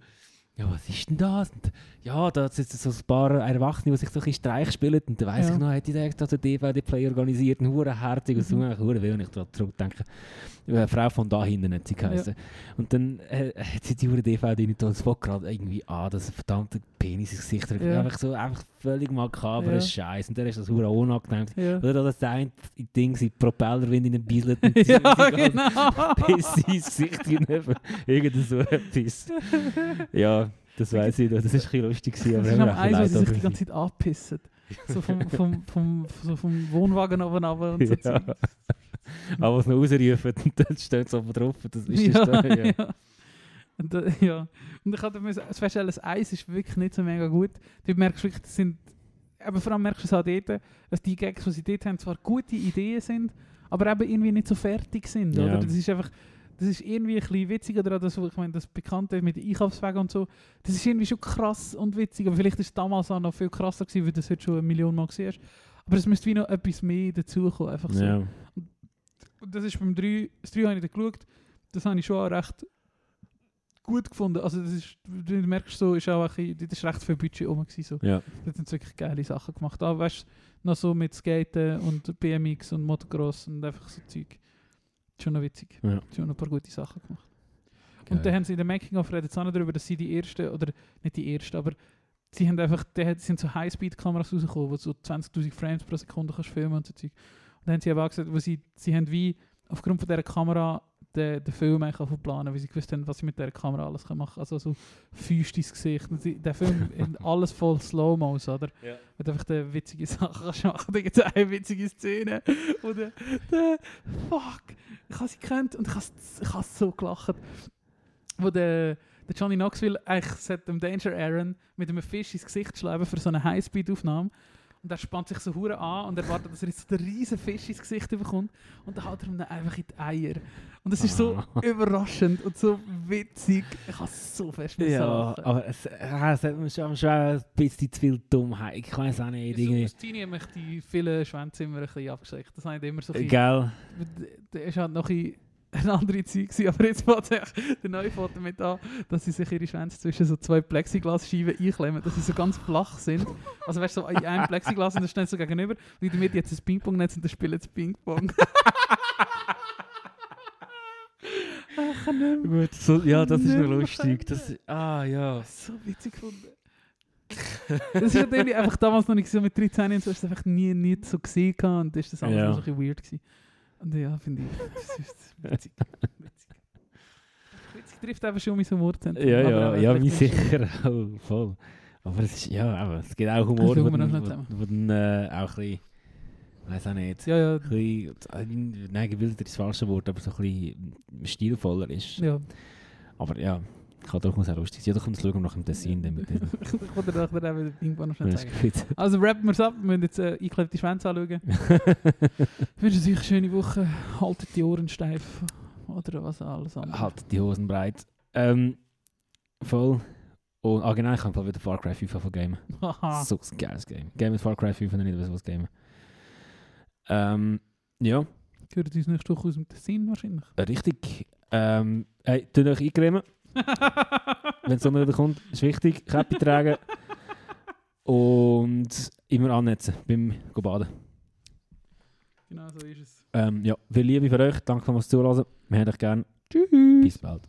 S3: ja, was ist denn das? Und, ja, da sind so ein paar Erwachsene, die sich so ein bisschen Streich spielen. Und dann weiss
S2: Ja.
S3: ich noch, hätte ich extra den DVD-Player organisiert, einen hohen herzig und so,
S2: Mhm.
S3: einen hohen Willen, ich daran zurückdenke. Eine Frau von da hinten hat sie geheißen. Und dann äh, hat sie die hohe DVD nicht und es fängt gerade irgendwie an, dass ein verdammter Penis ins Gesicht drückt.
S2: Ja.
S3: Einfach so, einfach völlig makaberer
S2: Ja.
S3: Scheiß. Und dann ist das hohe unangenehm.
S2: Ja.
S3: Oder das eine Ding, sie Propellerwind in den Bieselt und sie
S2: ja,
S3: sich halt
S2: genau.
S3: Piss ins Gesicht hinein. Irgend so etwas. Ja, das weiß ich noch. Das war ein bisschen lustig. gewesen,
S2: Das
S3: aber
S2: ist am
S3: haben wir auch
S2: Eis, wo sie
S3: leid
S2: sich die
S3: darüber.
S2: ganze Zeit anpissen. So vom, vom, vom, so vom Wohnwagen oben runter und so.
S3: Ja.
S2: Zeug.
S3: Aber was noch rausrufen, und dann steht es oben drauf. Das ist
S2: ja,
S3: das da, ja.
S2: ja. Und, da, ja. und ich hatte mir so- feststellen, das Eis ist wirklich nicht so mega gut. Du merkst wirklich, das sind, aber vor allem merkst du es auch dort, dass die Gags, die sie dort haben, zwar gute Ideen sind, aber eben irgendwie nicht so fertig sind.
S3: Ja.
S2: Oder? Das ist einfach, das ist irgendwie ein bisschen witziger daran, das, ich meine, das Bekannte mit den Einkaufswagen und so, das ist irgendwie schon krass und witzig, aber vielleicht ist es damals auch noch viel krasser gewesen, weil du das heute schon eine Million Mal gesehen hast. Aber es müsste wie noch etwas mehr dazukommen, einfach so.
S3: Ja.
S2: Und das ist beim 3, das 3 habe ich dann geschaut, das habe ich schon auch recht gut gefunden. Also das ist, du merkst so, ist auch ein bisschen, dort ist recht viel Budget rum gewesen, so.
S3: Ja.
S2: Dort haben sie wirklich geile Sachen gemacht. Aber weißt du, noch so mit Skaten und BMX und Motocross und einfach so Zeug. Schon noch witzig.
S3: Ja.
S2: Schon noch ein paar gute Sachen gemacht. Und dann haben sie in der Making-of redet auch noch darüber, dass sie die ersten, oder nicht die ersten, aber sie haben einfach, die hat- sind so High-Speed-Kameras rausgekommen, wo du so 20.000 Frames pro Sekunde kannst filmen und so Zeug. Und dann haben sie eben auch gesagt, wo sie, sie haben wie aufgrund von dieser Kamera den, den Film eigentlich auch planen, weil sie gewusst haben, was sie mit dieser Kamera alles können machen Also so Füße ins Gesicht. Und sie, der Film hat alles voll Slow-Mos, oder?
S3: Ja.
S2: Mit einfach den witzigen Sachen kannst du machen. Da gibt es eine witzige Szene. Und der, der fuck, ich habe sie gekannt und ich habe ich habe so gelacht. Wo der, der Johnny Knoxville eigentlich sollte dem Danger Aaron mit einem Fisch ins Gesicht schlagen für so eine Highspeed-Aufnahme. Und er spannt sich so hure an und erwartet, dass er jetzt so den riesen Fisch ins Gesicht bekommt. Und dann haut er ihm dann einfach in die Eier. Und es ist so
S3: Ah.
S2: überraschend und so witzig. Ich habe so fest müssen
S3: Ja,
S2: lachen.
S3: aber es, ah, es hat mir schon, schon ein bisschen zu viel Dummheit. Ich weiß auch nicht.
S2: So,
S3: Irgendwie.
S2: als Teenie haben mich die vielen Schwänze immer ein bisschen abgeschreckt. Das haben immer so ein bisschen...
S3: Gell?
S2: Da war halt noch ein bisschen eine andere Zeit, gewesen, aber jetzt fängt echt der neue Foto mit an, dass sie sich ihre Schwänze zwischen so zwei Plexiglasscheiben einklemmen, dass sie so ganz flach sind. Also weißt du, so in einem Plexiglas und dann stehen sie so gegenüber und in der Mitte jetzt ein Ping-Pong-Netz und dann spielen sie Ping-Pong. Ach, nachher nicht mehr.
S3: Gut, so, ja, das ist noch
S2: Nicht mehr
S3: lustig. Das, ah, ja.
S2: So witzig gefunden. das ist natürlich einfach damals noch nicht so mit 13 und so ist es einfach nie, nie so gesehen gehabt und ist das alles
S3: Ja.
S2: noch so ein bisschen weird gewesen. Und ja, finde ich, das ist witzig. witzig. Witzig trifft einfach schon mein Humorzentrum.
S3: Ja,
S2: aber
S3: ja,
S2: auch
S3: ja,
S2: echt
S3: wie
S2: nicht.
S3: sicher. Oh, voll. Aber es ist, ja, aber es gibt auch
S2: Das
S3: Humor,
S2: schauen
S3: wo
S2: wir
S3: dann,
S2: noch
S3: wo,
S2: nicht zusammen.
S3: wo dann äh, auch ein bisschen, weiß auch nicht,
S2: Ja, ja,
S3: ein bisschen, nein, gebildeter ist das falsche Wort, aber so ein bisschen stilvoller ist.
S2: ja.
S3: Aber ja, kann durchaus auch lustig sein. Ja, da kommt es schauen wir nach dem Tessin dann mit diesen
S2: Ich wollte dir nachher eben den Ding noch schnell zeigen.
S3: Menschengefühlen.
S2: Also rappen wir es ab, wir müssen jetzt äh, eingeklebte Schwänze anschauen. Ich wünsche euch eine schöne Woche, haltet die Ohren steif oder was alles andere.
S3: Hat die Hosen breit. Ähm, voll. Und ah, genau, ich kann wieder Far Cry 5 von Game.
S2: Haha.
S3: So ein geiles Game. Game mit Far Cry 5 und dann nicht weiß, was Game. Ähm, ja.
S2: Gehört uns nächste Woche aus dem Tessin wahrscheinlich.
S3: Richtig. Ähm, hey, tun euch eincremen, wenn die Sonne wieder kommt. Ist wichtig. Käppi tragen. Und immer annetzen beim Go Baden.
S2: Genau so ist es.
S3: Ehm, Ähm, ja, viel Liebe für euch. Danke fürs Zuhören. Wir haben euch gern.
S2: Tschüss.
S3: Bis bald.